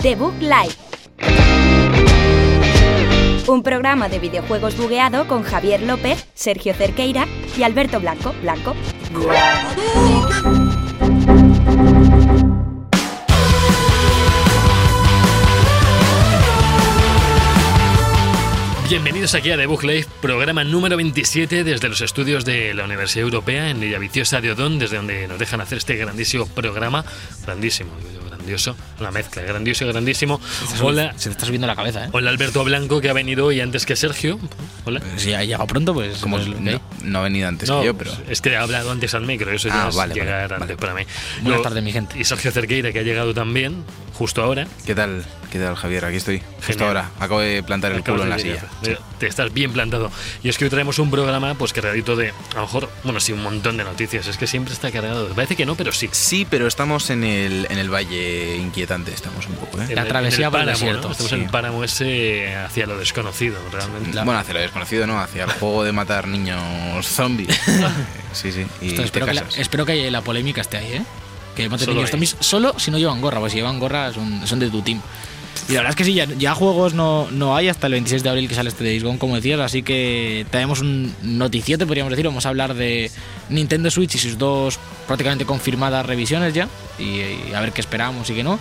The Book Live. Un programa de videojuegos bugueado con Javier López, Sergio Cerqueira y Alberto Blanco. Blanco. Bienvenidos aquí a The Book Live, programa número 27 desde los estudios de la Universidad Europea en Villaviciosa de Odón, desde donde nos dejan hacer este grandísimo programa. Grandísimo, digo yo, grandioso, una mezcla, grandioso y grandísimo. Este Hola, Se te está subiendo la cabeza, ¿eh? hola Alberto Blanco que ha venido hoy antes que Sergio. Hola. Si ha llegado pronto, pues. Como pues, no, ok. no ha venido antes No, Eh, que yo, pero. pues, es que he hablado antes al micro, eso ya Ah, es vale, vale, llegar vale. antes para mí. Buenas tardes, mi gente. Y Sergio Cerqueira que ha llegado también, justo ahora. ¿Qué tal? ¿Qué tal, Javier? Aquí estoy. Justo Genial. ahora. Acabo de plantar el Acabas culo de en la venir, silla. Mira, Te estás bien plantado. Y es que hoy traemos un programa pues cargadito de, a lo mejor, bueno, sí, un montón de noticias. Es que siempre está cargado. Parece que no, pero sí. Sí, pero estamos en el, en el valle inquietante, estamos un poco, ¿eh? En el- en travesía el por el páramo, desierto, ¿no? Estamos sí. en el páramo ese hacia lo desconocido, realmente. Bueno, hacia lo desconocido, ¿no? Hacia el juego de matar niños zombies. sí, sí. Y Esto, te espero, que la, casas. espero que la polémica esté ahí, ¿eh? Que maten Solo niños ahí. zombies solo si no llevan gorra, pues si llevan gorra son, son de tu team. Y la verdad es que sí, ya, ya juegos no, no hay hasta el 26 de abril que sale este Days Gone, como decías, así que tenemos un noticiote, podríamos decir. Vamos a hablar de Nintendo Switch y sus dos prácticamente confirmadas revisiones ya, y, y a ver qué esperamos y qué no.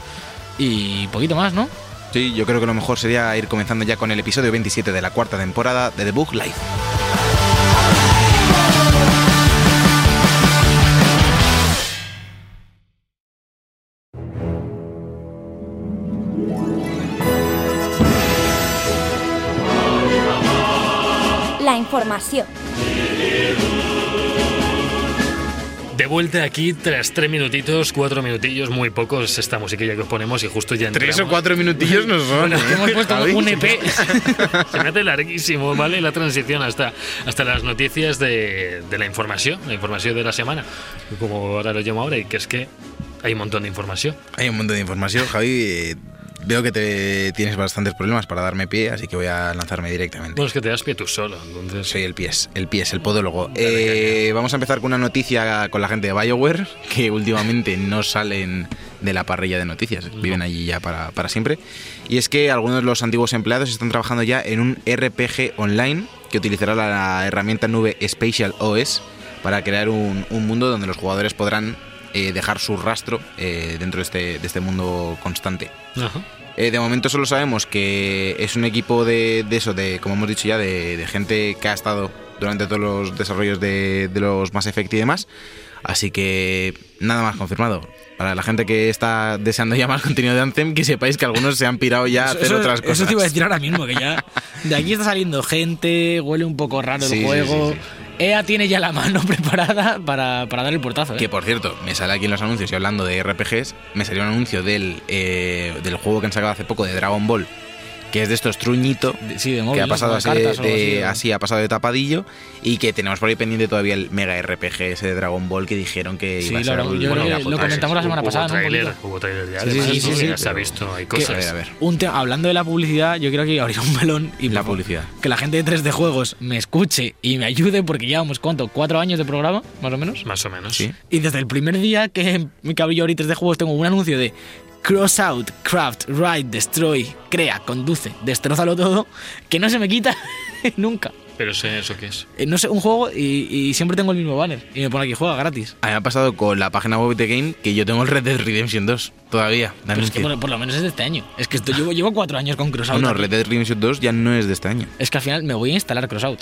Y poquito más, ¿no? Sí, yo creo que lo mejor sería ir comenzando ya con el episodio 27 de la cuarta temporada de The Book Live. La información. De vuelta aquí tras tres minutitos, cuatro minutillos, muy pocos esta musiquilla que os ponemos y justo ya entramos. E Tres o cuatro minutillos no son. Que hemos puesto un E EP. Se me hace larguísimo, ¿vale? La transición hasta, hasta las noticias de, de la información, la información de la semana, como ahora lo llamo ahora, y que es que hay un montón de información. Hay un montón de información, Javi. eh, Veo que te tienes bastantes problemas para darme pie, así que voy a lanzarme directamente. Bueno, es que te das pie tú solo, entonces... Soy el pies, el pies, el podólogo. Eh, vamos a empezar con una noticia con la gente de Bioware, que últimamente no salen de la parrilla de noticias, viven allí ya para, para siempre. Y es que algunos de los antiguos empleados están trabajando ya en un RPG online que utilizará la herramienta nube Spatial OS para crear un, un mundo donde los jugadores podrán eh, dejar su rastro eh, dentro de este- de este mundo constante. Ajá. Eh, de momento solo sabemos que es un equipo de, de eso, de como hemos dicho ya, de, de gente que ha estado durante todos los desarrollos de, de los Mass Effect y demás. Así que nada más confirmado. Para la gente que está deseando ya más contenido de Anthem, que sepáis que algunos se han pirado ya a hacer otras cosas. eso te iba a decir ahora mismo, que ya. De aquí está saliendo gente, huele un poco raro Sí, sí, el juego. sí, EA tiene ya la mano preparada para, para dar el portazo. ¿eh? Que por cierto, me sale aquí en los anuncios y hablando de RPGs, me salió un anuncio del, eh, del juego que han sacado hace poco de Dragon Ball, que es de estos truñito, De- sí, de que móvil, ha ¿no? pasado Como así, cartas o algo de- así, ¿no? así, ha pasado de tapadillo y que tenemos por ahí pendiente todavía el mega RPG ese de Dragon Ball que dijeron que Sí, iba a lo ser hablamos. un- Yo bueno, creo la que foto lo esa. comentamos la semana Hubo pasada, ¿no? Un Trailer, poquito. hubo trailer ya, Sí, sí, además, sí, ¿no? sí, Ya sí, se ha pero- visto, hay Que- cosas. A ver, a ver. Un te- hablando de la publicidad, yo creo que habría un melón y La por favor, publicidad. Que la gente de 3D Juegos me escuche y me ayude, porque llevamos, ¿cuánto? ¿Cuatro años de programa, más o menos? Más o menos. Sí. Y desde el primer día que, que abrí yo ahorita de juegos tengo un anuncio de Cross out, craft, ride, destroy, crea, conduce, destrozalo todo, que no se me quita nunca. Pero sé eso qué es. Eh, No sé, un juego y, y siempre tengo el mismo banner. Y me pone aquí, juega gratis. A mí me ha pasado con la página web de Game que yo tengo el Red Dead Redemption 2 todavía. de Pero es que pues anuncio. por, por lo menos es de este año. Es que esto, llevo, llevo cuatro años con Cross No, out. no, aquí. Red Dead Redemption 2 ya no es de este año. Es que al final me voy a instalar Cross out.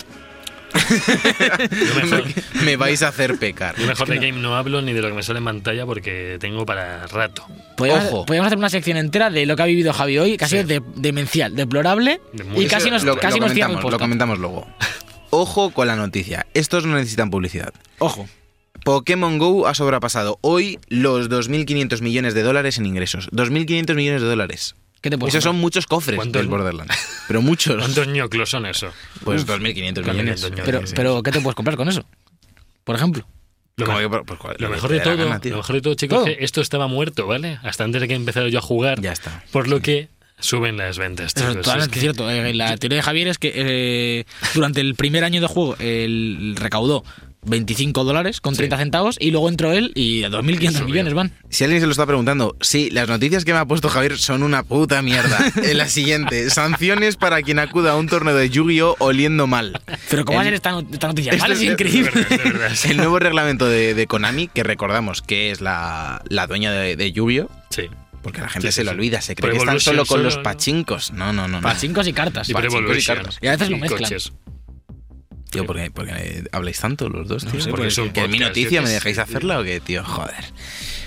Yo mejor, me vais a hacer pecar. yo mejor de game no hablo ni de lo que me sale en pantalla porque tengo para rato. Podríamos, Ojo. podríamos hacer una sección entera de lo que ha vivido Javi hoy, que ha Sí. sido de- demencial, deplorable De muy- y casi Eso nos, Pues lo, casi lo nos cierra el comentamos, podcast. lo comentamos luego. Ojo con la noticia. Estos no necesitan publicidad. Ojo. Pokémon Go ha sobrepasado hoy los 2.500 millones de dólares en ingresos. 2.500 millones de dólares. ¿Qué te puedo Esos contar? son muchos cofres ¿Cuántos? del Borderlands. Pero muchos. ¿Cuántos ñoclos son eso? Pues 2.500 Con millones. el doño. Pero, Sí. pero ¿qué te puedes comprar con eso? Por ejemplo. Lo Como me- que, pues, joder, Lo que mejor te de dé la todo, gana, tío. lo mejor de todo, chicos, Todo. que esto estaba muerto, ¿vale? Hasta antes de que empezara yo a jugar. Ya está. Por lo que suben las ventas, Eso chicos. es totalmente Es que- cierto. Eh, la teoría de Javier es que eh, durante el primer año de juego el recaudó 25 dólares con 30 centavos y luego entró él y a 2.500 Subió. millones van. Si alguien se lo está preguntando, sí, las noticias que me ha puesto Javier son una puta mierda. Eh, la siguiente, sanciones para quien acuda a un torneo de Yu-Gi-Oh oliendo mal. Pero ¿cómo va a El- ser esta, not- esta noticia? Esto Vale, es- es increíble. De verdad, de verdad, sí. El nuevo reglamento de, de Konami, que recordamos que es la, la dueña de, de Yu-Gi-Oh, Sí. porque la gente Sí, sí, se lo sí. olvida, se Pro cree que están Evolution solo con solo, los ¿no? pachincos. No, no, no. no. Pachincos y cartas. Y Pachincos por y Evolution. cartas. Y a veces lo mezclan. coches. Tío, ¿por qué, por qué habláis tanto los dos, tío? sé, ¿Por porque qué- es un ¿Que mi podcast, noticia yo qué me sé, dejáis tío. hacerla o qué, tío? Joder.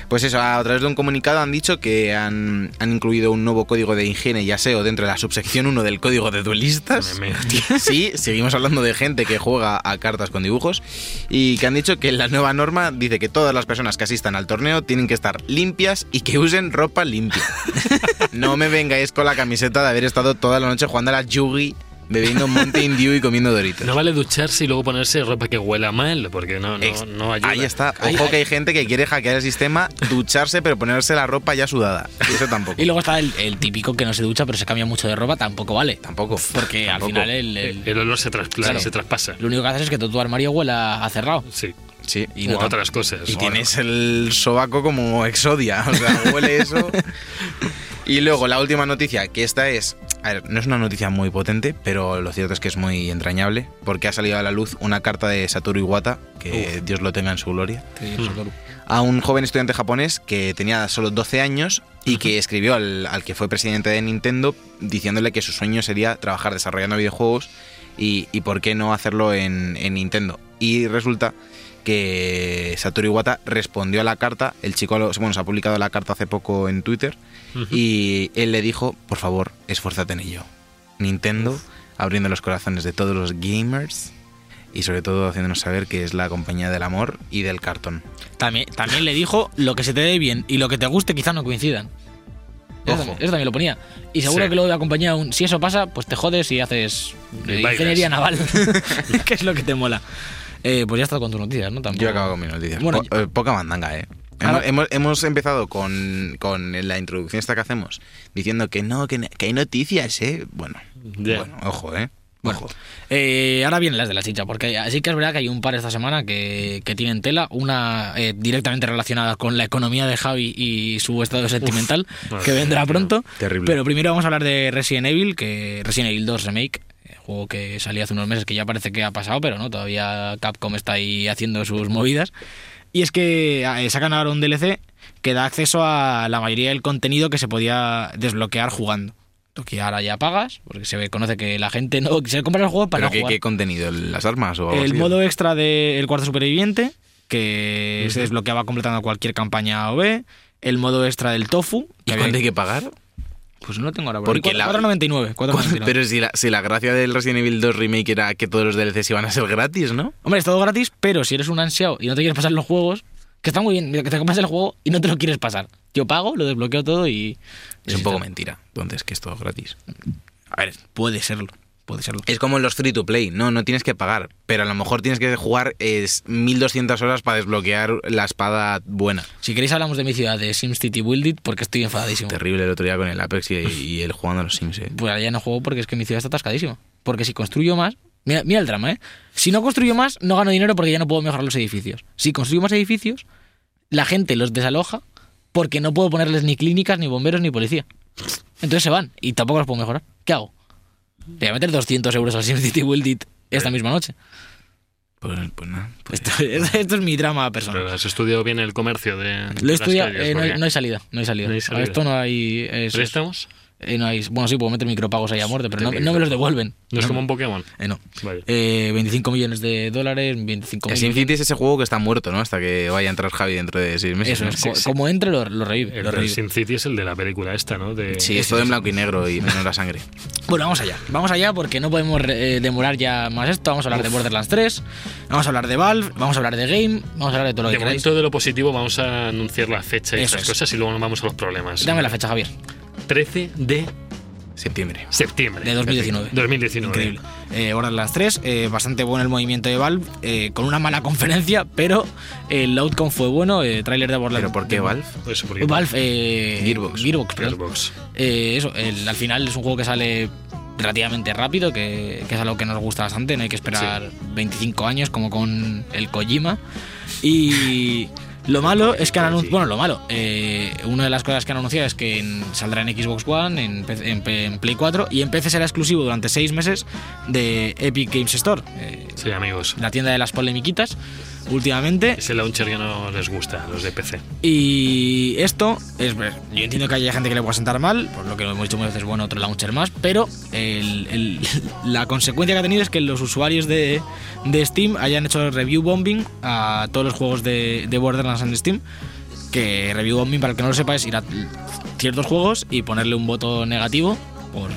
Pues eso, a través de un comunicado han dicho que han, han incluido un nuevo código de higiene y aseo dentro de la subsección 1 del código de duelistas. Me- me- tío. Sí, seguimos hablando de gente que juega a cartas con dibujos y que han dicho que la nueva norma dice que todas las personas que asistan al torneo tienen que estar limpias y que usen ropa limpia. No me vengáis con la camiseta de haber estado toda la noche jugando a la Yugi, bebiendo Mountain Dew y comiendo Doritos. No vale ducharse y luego ponerse ropa que huela mal, porque no, no, Ex- no ayuda. Ahí está. Ojo que hay gente que quiere hackear el sistema, ducharse, pero ponerse la ropa ya sudada. Y Eso tampoco. Y luego está el, el típico que no se ducha pero se cambia mucho de ropa, tampoco vale. Tampoco. Porque Tampoco. al final el, el- El olor se, traspla- Claro. se traspasa. lo único que haces es que todo tu armario huela a cerrado. Sí. Sí. Y Y, no o a otras cosas. y tienes el sobaco como exodia. O sea, huele eso. Y luego la última noticia, que esta es. A ver, no es una noticia muy potente, pero lo cierto es que es muy entrañable, porque ha salido a la luz una carta de Satoru Iwata, que Dios lo tenga en su gloria, Mm. a un joven estudiante japonés que tenía solo 12 años y que escribió al, al que fue presidente de Nintendo diciéndole que su sueño sería trabajar desarrollando videojuegos y, y por qué no hacerlo en, en Nintendo. Y resulta que Satoru Iwata respondió a la carta, el chico lo- bueno, se ha publicado la carta hace poco en Twitter y él le dijo, por favor, esfuérzate en ello. Nintendo abriendo los corazones de todos los gamers y sobre todo haciéndonos saber que es la compañía del amor y del cartón. También, también le dijo lo que se te dé bien y lo que te guste quizás no coincidan. Eso, Ojo. también, eso también lo ponía. Y seguro Sí. que luego le acompañaba un. Si eso pasa, pues te jodes y haces eh, bailas. ingeniería naval, que es lo que te mola. Eh, pues ya está con tus noticias, ¿no? Tampoco. Yo acabo con mis noticias. Bueno, Po- eh, poca mandanga, ¿eh? Hemos, Ahora- hemos- hemos empezado con, con la introducción esta que hacemos, diciendo que no, que, ne- que hay noticias, ¿eh? Bueno, Ya. bueno ojo, ¿eh? Bueno. Ojo. Eh, ahora vienen las de la chicha, porque así que es verdad que hay un par esta semana que, que tienen tela, una eh, directamente relacionada con la economía de Javi y su estado sentimental, madre que vendrá mía, pronto. terrible. Pero primero vamos a hablar de Resident Evil, que Resident Evil 2 Remake, eh, juego que salió hace unos meses que ya parece que ha pasado, pero no, todavía Capcom está ahí haciendo sus movidas. Y es que eh, sacan ahora un DLC que da acceso a la mayoría del contenido que se podía desbloquear jugando. Lo que ahora ya pagas, porque se ve- conoce que la gente no se compra el juego para ¿Pero no qué, jugar. qué contenido? ¿Las armas o algo El así? modo extra del cuarto superviviente, que se desbloqueaba completando cualquier campaña OB. El modo extra del tofu. ¿Y que había- cuánto hay que pagar? Pues no lo tengo ahora. Porque Porque la- 4,99. 4,99. Pero si la, si la gracia del Resident Evil 2 Remake era que todos los DLCs iban a ser gratis, ¿no? Hombre, es todo gratis, pero si eres un ansiado y no te quieres pasar los juegos, que está muy bien, que te compras el juego y no te lo quieres pasar. Yo pago, lo desbloqueo todo y... Es un poco mentira. Entonces, que es todo gratis. A ver, puede serlo, puede serlo. Es como los free to play, no, no tienes que pagar, pero a lo mejor tienes que jugar es 1200 horas para desbloquear la espada buena. Si queréis hablamos de mi ciudad, de SimCity Build It, porque estoy enfadadísimo. Terrible el otro día con el Apex y, y él jugando a los Sims. eh. Pues ahora ya no juego porque es que mi ciudad está atascadísima. Porque si construyo más... Mira, mira el drama, ¿eh? Si no construyo más, no gano dinero porque ya no puedo mejorar los edificios. Si construyo más edificios, la gente los desaloja porque no puedo ponerles ni clínicas, ni bomberos, ni policía. Entonces se van y tampoco los puedo mejorar. ¿Qué hago? Le voy a meter 200 euros al SimCity Build It esta misma noche. Pues, pues nada. pues- Esto, esto es mi drama personal. Pero has estudiado bien el comercio de. Lo he las estudiado, calles, eh, no, hay, porque- no hay salida, no hay salida. No hay A salida. Esto no hay, es- ¿Préstamos? eh, no hay- Bueno, sí, puedo meter micropagos Pues, ahí a muerte, pero no, Mete no me los devuelven. No es como un Pokémon. Eh, no. Vale. Eh, 25 millones de dólares, 25 El millones. SimCity es ese juego que está muerto, ¿no? Hasta que vaya a entrar Javi dentro de seis meses. Eso ¿no? es, Sí, co- sí. como entre lo, lo revive. El lo de revive. Sin City es el de la película esta, ¿no? De... Sí, es todo en blanco y negro y menos la sangre. Bueno, vamos allá. Vamos allá porque no podemos eh, demorar ya más esto. Vamos a hablar de Borderlands 3, vamos a hablar de Valve, vamos a hablar de Game, vamos a hablar de todo lo De que queráis. momento de lo positivo vamos a anunciar la fecha y Eso esas es. cosas y luego nos vamos a los problemas. Dame la fecha, Javier, 13 de Septiembre. septiembre. de 2019. 2019. Increíble. Eh, Borderlands 3, eh, bastante bueno el movimiento de Valve, eh, con una mala conferencia, pero el outcome fue bueno. Eh, tráiler de Borderlands. ¿Pero por qué de- Valve? Pues Eso porque Valve, eh, Gearbox. Gearbox, perdón. Gearbox. Eh, eso, el- al final es un juego que sale relativamente rápido, que, que es algo que nos gusta bastante, no hay que esperar 25 años como con el Kojima. Y lo malo es que han anunciado, bueno, lo malo, eh, una de las cosas que han anunciado es que en- saldrá en Xbox One, en, PC en P- en Play 4 y en PC será exclusivo durante 6 meses de Epic Games Store, eh, Sí, amigos. la tienda de las polemiquitas, últimamente. Ese launcher ya no les gusta a los de PC. Y esto, es, ver- yo entiendo que haya gente que le pueda sentar mal, por lo que hemos dicho muchas veces, bueno, otro launcher más, pero el- el- la consecuencia que ha tenido es que los usuarios de, de Steam hayan hecho review bombing a todos los juegos de, de Borderlands en Steam. Que review bombing, para el que no lo sepa, es ir a ciertos juegos y ponerle un voto negativo por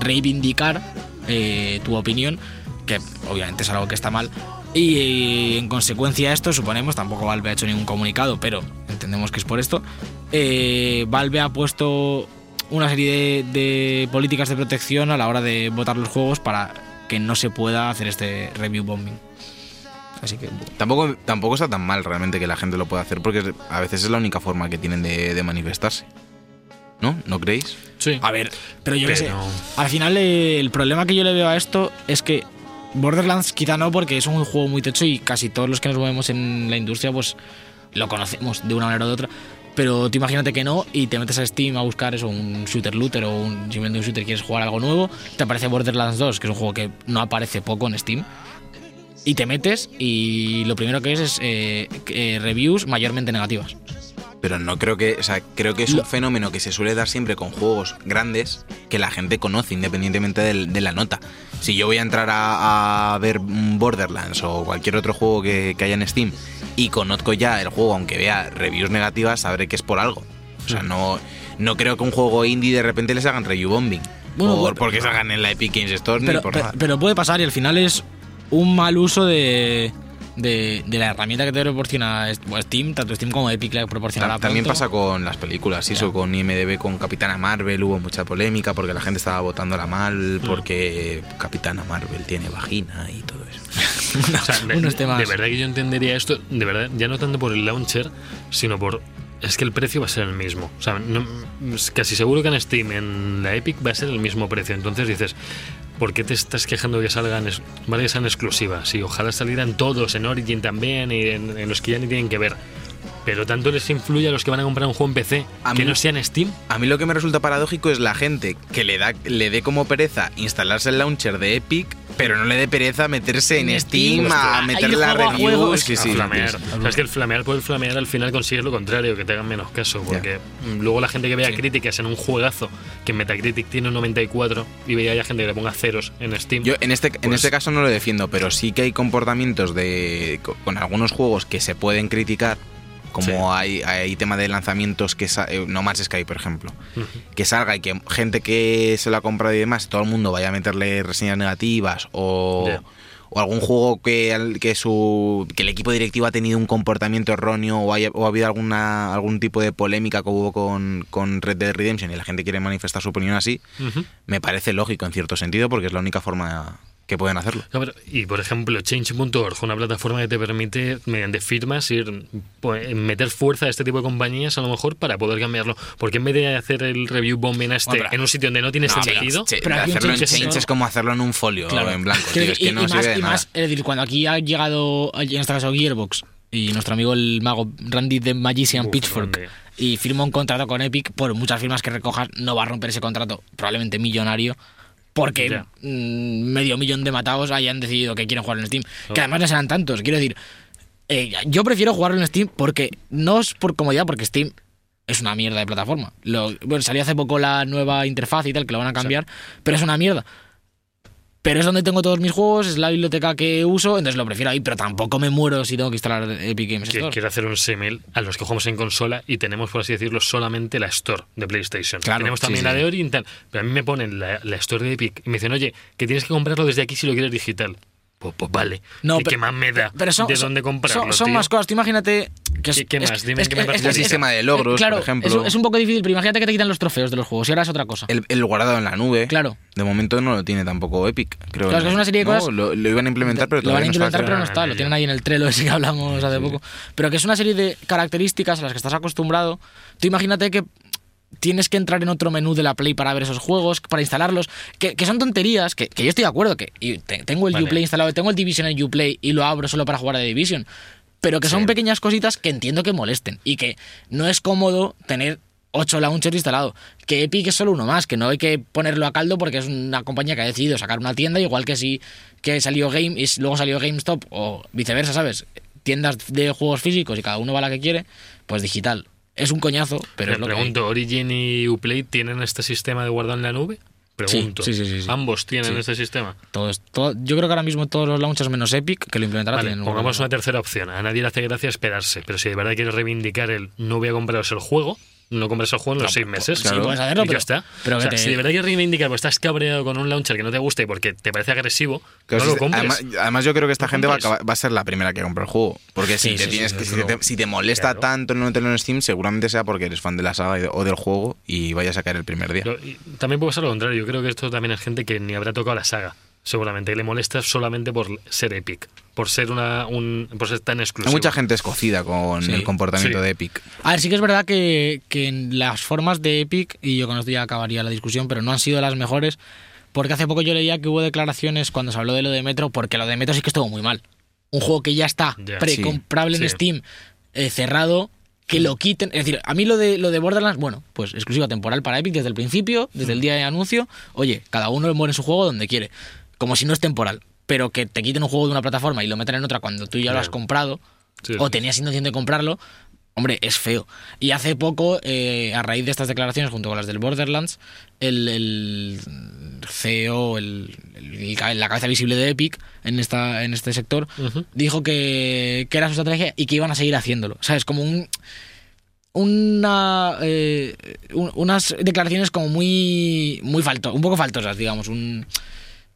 reivindicar eh, tu opinión, que obviamente es algo que está mal. Y, eh, en consecuencia a esto, suponemos, tampoco Valve ha hecho ningún comunicado, pero entendemos que es por esto. eh, Valve ha puesto una serie de, de políticas de protección a la hora de votar los juegos para que no se pueda hacer este review bombing. Así que Tampoco, tampoco está tan mal realmente que la gente lo pueda hacer, porque a veces es la única forma que tienen de, de manifestarse. ¿No? ¿No creéis? Sí. A ver, pero yo qué sé. Pero- Al final, eh, el problema que yo le veo a esto es que Borderlands quizá no, porque es un juego muy tocho y casi todos los que nos movemos en la industria, pues lo conocemos de una manera u otra. Pero tú imagínate que no y te metes a Steam a buscar eso, un shooter looter o un, simplemente un shooter quieres jugar algo nuevo, te aparece Borderlands 2, que es un juego que no aparece poco en Steam. Y te metes y lo primero que es es eh, eh, reviews mayormente negativas. Pero no creo que, o sea, creo que es un fenómeno que se suele dar siempre con juegos grandes que la gente conoce independientemente del- de, la nota. Si yo voy a entrar a, a ver mm, Borderlands o cualquier otro juego que, que haya en Steam y conozco ya el juego, aunque vea reviews negativas, sabré que es por algo. O sea, no, no creo que un juego indie de repente les hagan review bombing. Bueno, Por- bueno, porque salgan en la Epic Games Store pero, ni por pe- nada. pero puede pasar y al final es un mal uso de, de, de la herramienta que te proporciona est- bueno, Steam, tanto Steam como Epic le proporcionará Ta- También pronto. pasa con las películas, y eso con IMDB, con Capitana Marvel hubo mucha polémica porque la gente estaba votándola mal, Mm. porque Capitana Marvel tiene vagina y todo eso. O sea, de, unos temas. de verdad que yo entendería esto, de verdad, ya no tanto por el launcher, sino por. Es que el precio va a ser el mismo. O sea, no- es casi seguro que en Steam, en la Epic, va a ser el mismo precio. Entonces dices, ¿por qué te estás quejando que salgan, es- vale, que sean exclusivas? Y ojalá salieran todos, en Origin también, y en, en los que ya ni tienen que ver. Pero tanto les influye a los que van a comprar un juego en PC A que mí- no sea en Steam. A mí lo que me resulta paradójico es la gente que le da le dé como pereza instalarse el launcher de Epic, pero no le dé pereza meterse en, En Steam, Steam, a ahí meter juego la a review. juegos. Sí, a sí, flamear. sí, sí. O sea, es que el flamear por el flamear al final consigues lo contrario, que te hagan menos caso. Porque mm, luego la gente que vea Sí. críticas en un juegazo que en Metacritic tiene un 94 y veía ya gente que le ponga ceros en Steam. Yo en este, en Pues- este caso no lo defiendo, pero sí que hay comportamientos de co- con algunos juegos que se pueden criticar, como Sí. hay, hay tema de lanzamientos que sa- eh, No más Sky, por ejemplo, Ujú. que salga y que gente que se lo ha comprado y demás, todo el mundo vaya a meterle reseñas negativas o, Ya. o algún juego que, al- que su que el equipo directivo ha tenido un comportamiento erróneo o, haya- o ha habido alguna algún tipo de polémica que hubo con, con Red Dead Redemption y la gente quiere manifestar su opinión así, Ujú. me parece lógico en cierto sentido porque es la única forma que pueden hacerlo. No, pero- y por ejemplo, Change.org, una plataforma que te permite, mediante firmas, ir pues, meter fuerza a este tipo de compañías, a lo mejor, para poder cambiarlo. Porque en vez de hacer el review bombing a este Bueno, pero- en un sitio donde no tiene este No, pero sentido. che- Pero aquí un hacerlo en change change no- es como hacerlo en un folio en blanco. Quiero tío, es decir, que y- no y más, sirve de y nada. más, es decir, cuando aquí ha llegado, en este caso Gearbox, y nuestro amigo el mago Randy de Magician Uf, Pitchfork, Randy. y firma un contrato con Epic, por muchas firmas que recojas, no va a romper ese contrato, probablemente millonario, porque Ya. mm, medio millón de matados hayan decidido que quieren jugar en Steam. Que Oh. además no serán tantos, quiero decir. eh, yo prefiero jugarlo en Steam porque no es por comodidad, porque Steam es una mierda de plataforma. Lo- bueno, salió hace poco la nueva interfaz y tal, que lo van a cambiar, pero es una mierda. Pero es donde tengo todos mis juegos, es la biblioteca que uso, entonces lo prefiero ahí, pero tampoco me muero si tengo que instalar Epic Games que Store. quiero hacer un símil a los que jugamos en consola y tenemos, por así decirlo, solamente la Store de PlayStation. Claro, tenemos sí, también sí, la sí. de Oriental, pero a mí me ponen la, la Store de Epic y me dicen, oye, que tienes que comprarlo desde aquí si lo quieres digital. Pues, pues vale. No, ¿Y pero- qué más me da Pero son, de son- dónde comprarlo? son- son tío? más cosas, tú imagínate que es, ¿Qué- qué es- más? Dime es- qué me es- parece es- que es- El sistema de logros, claro, por ejemplo. Es, un- es un poco difícil, pero imagínate que te quitan los trofeos de los juegos y ahora es otra cosa. El, el guardado en la nube. Claro. De momento no lo tiene tampoco Epic, creo. Claro, es que es una serie de No, cosas- Lo, lo iban a implementar, pero lo van a todavía no está implementar, pero no claro. claro. está. Lo tienen ahí en el Trello ese que hablamos hace poco. Pero que es una serie de características a las que estás acostumbrado. Tú imagínate que tienes que entrar en otro menú de la Play para ver esos juegos, para instalarlos, que, que son tonterías, que, que yo estoy de acuerdo, que y te- tengo el Vale. Uplay instalado, tengo el Division en Uplay y lo abro solo para jugar a The Division, pero que son pequeñas cositas que entiendo que molesten y que no es cómodo tener ocho launchers instalado, que Epic es solo uno más, que no hay que ponerlo a caldo porque es una compañía que ha decidido sacar una tienda, igual que si que salió Game y luego salió GameStop o viceversa, ¿sabes? Tiendas de juegos físicos y cada uno va a la que quiere, pues digital. Es un coñazo, pero Me es lo que hay. pregunto, ¿Origin y Uplay tienen este sistema de guardado en la nube? Pregunto. sí, sí, sí, sí. Ambos tienen Sí. este sistema. Todos, todo- yo creo que ahora mismo todos los launchers menos Epic que lo implementará Vale, tienen un- pongamos una tercera opción. A nadie le hace gracia esperarse, pero si de verdad quieres reivindicar el no voy a compraros el juego, no compras el juego en los seis meses. Sí, puedes hacerlo, Y ya pero- está. pero O sea, que te- Si de verdad quieres reivindicar porque estás cabreado con un launcher que no te gusta y porque te parece agresivo, Claro, no si- lo compres. Además, además yo creo que esta Lo gente va a, compres. acabar- va a ser la primera que compra el juego. Porque si, Sí, te, sí, tienes sí, que, desde si te- luego. si te molesta Claro. tanto no tenerlo en Steam, seguramente sea porque eres fan de la saga y- o del juego y vayas a caer el primer día. Yo- y también puede ser lo contrario. Yo creo que esto también es gente que ni habrá tocado la saga. Seguramente y le molesta solamente por ser Epic, por ser una un, por ser tan exclusivo. Hay mucha gente escocida con Sí. el comportamiento Sí. de Epic. A ver, sí que es verdad que, que en las formas de Epic, y yo con esto ya acabaría la discusión, pero no han sido las mejores, porque hace poco yo leía que hubo declaraciones cuando se habló de lo de Metro, porque lo de Metro sí que estuvo muy mal. Un juego que ya está Ya, precomprable sí, Mm. en sí. Steam, eh, cerrado, que lo quiten. Es decir, a mí lo de, lo de Borderlands, bueno, pues exclusiva temporal para Epic desde el principio, desde el Mm. día de anuncio. Oye, cada uno muere en su juego donde quiere, como si no es temporal. Pero que te quiten un juego de una plataforma y lo metan en otra cuando tú ya lo Claro. has comprado, Sí, o sí. tenías intención de comprarlo, hombre, es feo. Y hace poco, eh, a raíz de estas declaraciones, junto con las del Borderlands, el, el CEO, el, el ca- la cabeza visible de Epic en, esta, en este sector, Ujú. dijo que, que era su estrategia y que iban a seguir haciéndolo. O sea, es como un... Una, eh, un- unas declaraciones como muy muy falto, un poco faltosas digamos un,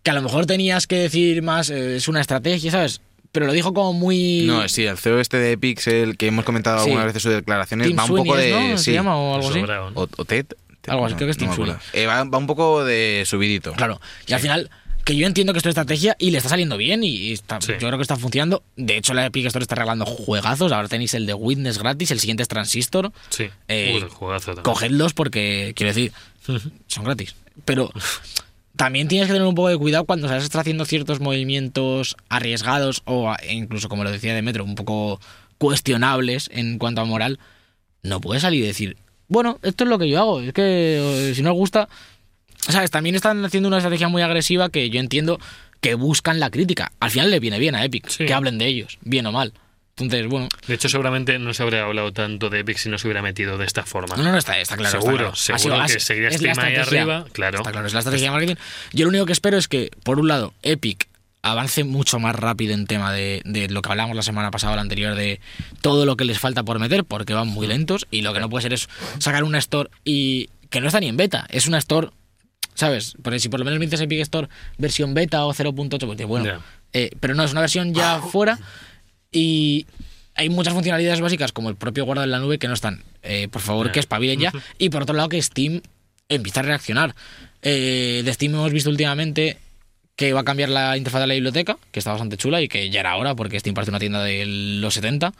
que a lo mejor tenías que decir más eh, es una estrategia sabes pero lo dijo como muy No, sí, el CEO este de Epic, es el que hemos comentado Sí. algunas veces sus declaraciones, Tim va un poco Sweeney de. es, ¿no? sí. Se llama o algo así. Sobrado, ¿no? O, o Ted. Algo así, creo que es Tim me acuerdo. Eh, va, va un poco de subidito. Claro. Y al final, que yo entiendo que es tu estrategia y le está saliendo bien y, y está- Sí. yo creo que está funcionando. De hecho, la Epic Store está regalando juegazos. Ahora tenéis el de Witness gratis, el siguiente es Transistor. Sí. Eh, Uy, el juegazo también. Cogedlos porque, quiero decir, Ujú. son gratis. Pero también tienes que tener un poco de cuidado cuando sabes está haciendo ciertos movimientos arriesgados o a- e incluso, como lo decía de Metro, un poco cuestionables en cuanto a moral. No puedes salir y decir, bueno, esto es lo que yo hago, es que eh, si no os gusta. ¿Sabes? También están haciendo una estrategia muy agresiva que yo entiendo que buscan la crítica. Al final le viene bien a Epic Sí. que hablen de ellos, bien o mal. Entonces, bueno, De hecho, seguramente no se habría hablado tanto de Epic si no se hubiera metido de esta forma. No, no, no, está, está claro. está Seguro, claro. Ha seguro sido- ha que sido- seguiría es la Steam ahí estrategia. arriba, claro. Está claro, es la estrategia de marketing. Yo lo único que espero es que, por un lado, Epic avance mucho más rápido en tema de, de lo que hablamos la semana pasada o la anterior de todo lo que les falta por meter porque van muy lentos y lo que no puede ser es sacar una store y que no está ni en beta, es una store, ¿sabes? Porque si por lo menos me dices Epic Store versión beta o 0.8, pues dices, bueno, Ya. Ah, eh, pero no, es una versión ya fuera y hay muchas funcionalidades básicas como el propio guardado en la nube que no están. Eh, por favor, Ya. que espabilen ya. Y por otro lado, que Steam empiece a reaccionar. Eh, de Steam hemos visto últimamente que va a cambiar la interfaz de la biblioteca, que está bastante chula y que ya era hora porque Steam parte una tienda de los 70.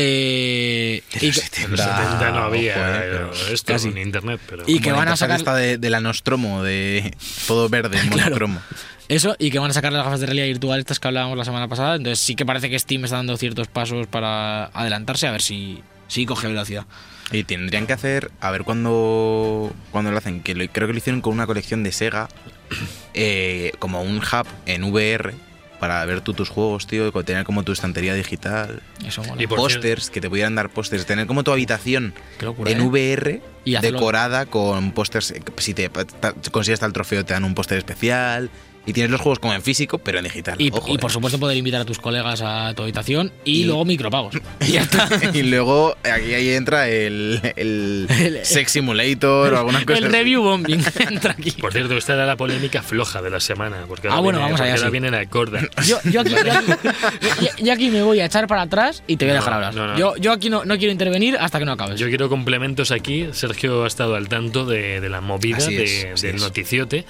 Eh, y, que- En los 70 no había Ojo, eh, pero- esto casi. en internet, pero Y que Como la van a interfaz sacar- esta de, de la Nostromo, de todo verde, monocromo. Eso, y que van a sacar las gafas de realidad virtual estas que hablábamos la semana pasada. Entonces sí que parece que Steam está dando ciertos pasos para adelantarse a ver si, si coge velocidad. Y tendrían que hacer, a ver cuándo cuando lo hacen, que lo- creo que lo hicieron con una colección de Sega, eh, como un hub en VR para ver tú tus juegos, tío, y tener como tu estantería digital, Eso mola. Y por pósters, que te pudieran dar pósters, tener como tu habitación Qué locura, en ¿eh? VR Y hacerlo- decorada con pósters, eh, si te ta- consigues tal trofeo te dan un póster especial y tienes los juegos como en físico, pero en digital. Y, Ojo, y eh. por supuesto poder invitar a tus colegas a tu habitación y, Y- luego micropagos. Y ya está. Y luego aquí ahí entra el, el El- Sex Simulator o alguna cosa. El así. review bombing entra aquí. Por cierto, esta era la polémica floja de la semana. Porque Ah, ahora bueno, viene- vamos allá, porque ahora sí. vienen a corda. Yo, yo aquí, yo aquí- yo- yo aquí me voy a echar para atrás y te voy a No, dejar hablar. no, no. Yo, yo aquí no, no quiero intervenir hasta que no acabes. Yo quiero complementos aquí. Sergio ha estado al tanto de, de la movida Así de- es, así del es. noticiote.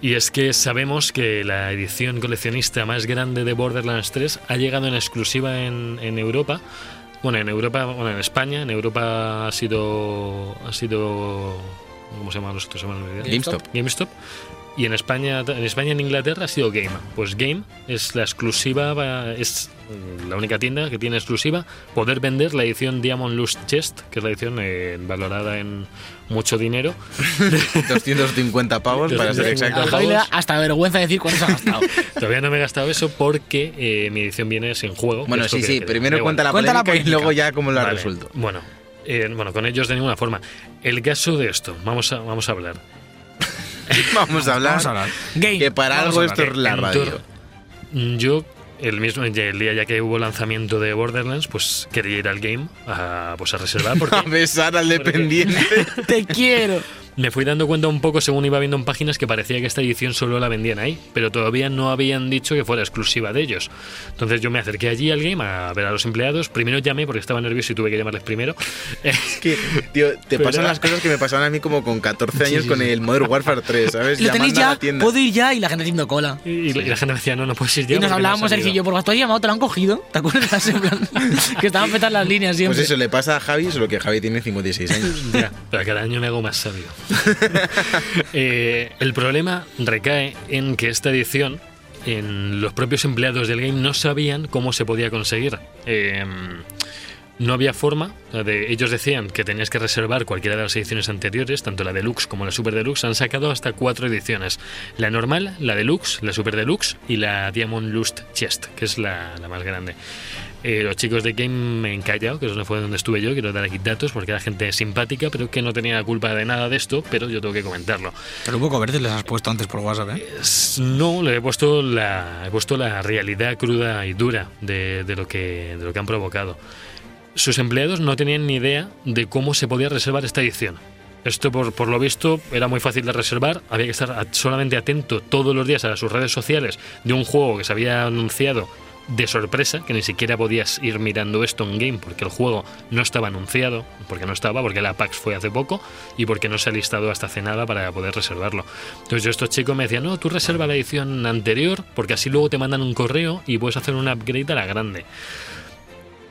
Y es que sabemos que la edición coleccionista más grande de Borderlands 3 ha llegado en exclusiva en, en Europa Bueno, en Europa, bueno, en España, en Europa ha sido. Ha sido ¿Cómo se llaman los otros? Se me han olvidado. GameStop. GameStop. Y en España, en España y en Inglaterra ha sido Game. Pues Game es la exclusiva, va- es mm, la única tienda que tiene exclusiva poder vender la edición Diamond Loose Chest, que es la edición eh, valorada en mucho dinero. 250 pavos para ser 250 A exacto. Javi le da hasta vergüenza decir cuánto se ha gastado. Todavía no me he gastado eso porque eh, mi edición viene sin juego. que Bueno, esto sí, que- sí. que- Primero da cuenta igual. la Cuenta la polémica, y polémica. luego ya cómo la Vale, resuelto. Bueno, eh, bueno, con ellos de ninguna forma. El caso de esto, vamos a, vamos a hablar. Vamos a hablar. Vamos a hablar. Game. Que para Vamos algo a esto hablar. es la radio. Entonces, Yo, el mismo el día ya que hubo lanzamiento de Borderlands, pues quería ir al game a, pues a reservar porque A besar al dependiente. Te quiero. Me fui dando cuenta un poco según iba viendo en páginas que parecía que esta edición solo la vendían ahí, pero todavía no habían dicho que fuera exclusiva de ellos. Entonces yo me acerqué allí al game a ver a los empleados. Primero llamé porque estaba nervioso y tuve que llamarles primero. Es que, tío, te Pero- pasan las cosas que me pasaban a mí como con 14 años sí, con sí. el Modern Warfare 3, ¿sabes? Lo tenéis Llamando a ya, la tienda. puedo ir ya y la gente haciendo cola. Y, y la gente me decía, no, no puedes ir ya. Y nos porque no has hablábamos, Sergio salido". y yo, por favor, tú has llamado, te lo han cogido. ¿Te acuerdas? En plan, que estaban petar las líneas siempre. Pues eso le pasa a Javi, solo que Javi tiene 56 años. Ya, pero cada año me hago más sabio. Eh, el problema recae en que esta edición, en los propios empleados del game no sabían cómo se podía conseguir. Eh, no había forma. la de- ellos decían que tenías que reservar cualquiera de las ediciones anteriores, tanto la deluxe como la super deluxe. Han sacado hasta cuatro ediciones: la normal, la deluxe, la super deluxe y la Diamond Lust Chest, que es la, la más grande. Eh, los chicos de Game en Callao, que eso no fue donde estuve yo, quiero dar aquí datos porque era gente simpática, pero que no tenía la culpa de nada de esto, pero yo tengo que comentarlo. Pero un poco verde les has puesto antes por WhatsApp, ¿eh? S- No, le he puesto la, he puesto la realidad cruda y dura de, de lo que, de lo que han provocado. Sus empleados no tenían ni idea de cómo se podía reservar esta edición. Esto, por, por lo visto, era muy fácil de reservar. Había que estar at- solamente atento todos los días a sus redes sociales de un juego que se había anunciado de sorpresa, que ni siquiera podías ir mirando esto en game porque el juego no estaba anunciado, porque no estaba, porque la PAX fue hace poco y porque no se ha listado hasta hace nada para poder reservarlo. Entonces yo estos chicos me decían, no, tú reserva la edición anterior porque así luego te mandan un correo y puedes hacer un upgrade a la grande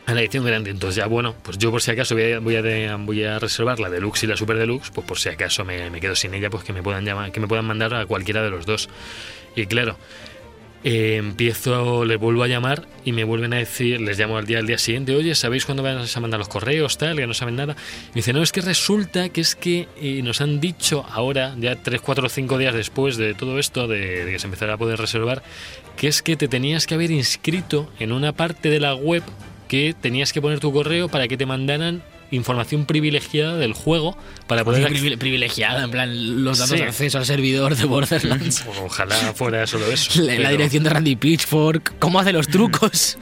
a la edición grande. Entonces ya, bueno, pues yo por si acaso voy a, voy a, de- voy a reservar la deluxe y la super deluxe, pues por si acaso me, me quedo sin ella, pues que me puedan llamar, que me puedan mandar a cualquiera de los dos. Y claro, eh, empiezo, les vuelvo a llamar y me vuelven a decir, les llamo al día al día siguiente, oye, ¿sabéis cuándo van a mandar los correos, tal? Que no saben nada. Y me dice, no, es que resulta que es que eh, nos han dicho ahora, ya 3, 4, 5 días después de todo esto, de, de que se empezara a poder reservar, que es que te tenías que haber inscrito en una parte de la web que tenías que poner tu correo para que te mandaran información privilegiada del juego para poder acce- privilegiada, en plan, los datos Sí. de acceso al servidor de Borderlands. Ojalá fuera solo eso. La, la pero Mm. dirección de Randy Pitchfork, cómo hace los trucos.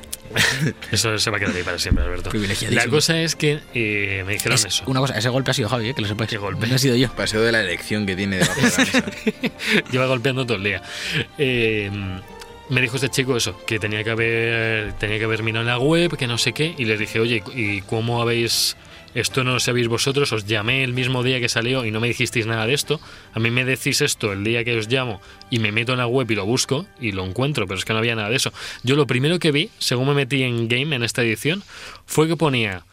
Eso se va a quedar ahí para siempre, Alberto. Privilegiadísimo. La cosa es que eh, me dijeron Es- eso. una cosa, ese golpe ha sido Javi, ¿eh? que lo sepáis. Qué golpe. No ha sido yo. Paseo de la elección que tiene debajo de la mesa. Lleva golpeando todo el día. Eh, me dijo este chico eso, que tenía que haber tenía que haber mirado en la web, que no sé qué, y les dije, oye, ¿y cómo habéis esto no lo sabéis vosotros? Os llamé el mismo día que salió y no me dijisteis nada de esto. A mí me decís esto el día que os llamo y me meto en la web y lo busco y lo encuentro, pero es que no había nada de eso. Yo lo primero que vi, según me metí en Game en esta edición, fue que ponía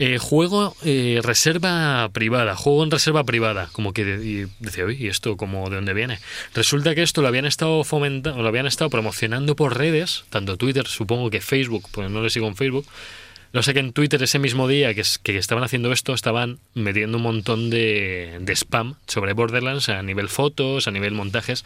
eh, juego eh, reserva privada, juego en reserva privada, como que de- y decía, "Uy, ¿y esto como de dónde viene? Resulta que esto lo habían estado fomentando, lo habían estado promocionando por redes, tanto Twitter, supongo que Facebook, pues no le sigo en Facebook. Lo sé que en Twitter ese mismo día que, es- que estaban haciendo esto, estaban metiendo un montón de, de spam sobre Borderlands a nivel fotos, a nivel montajes.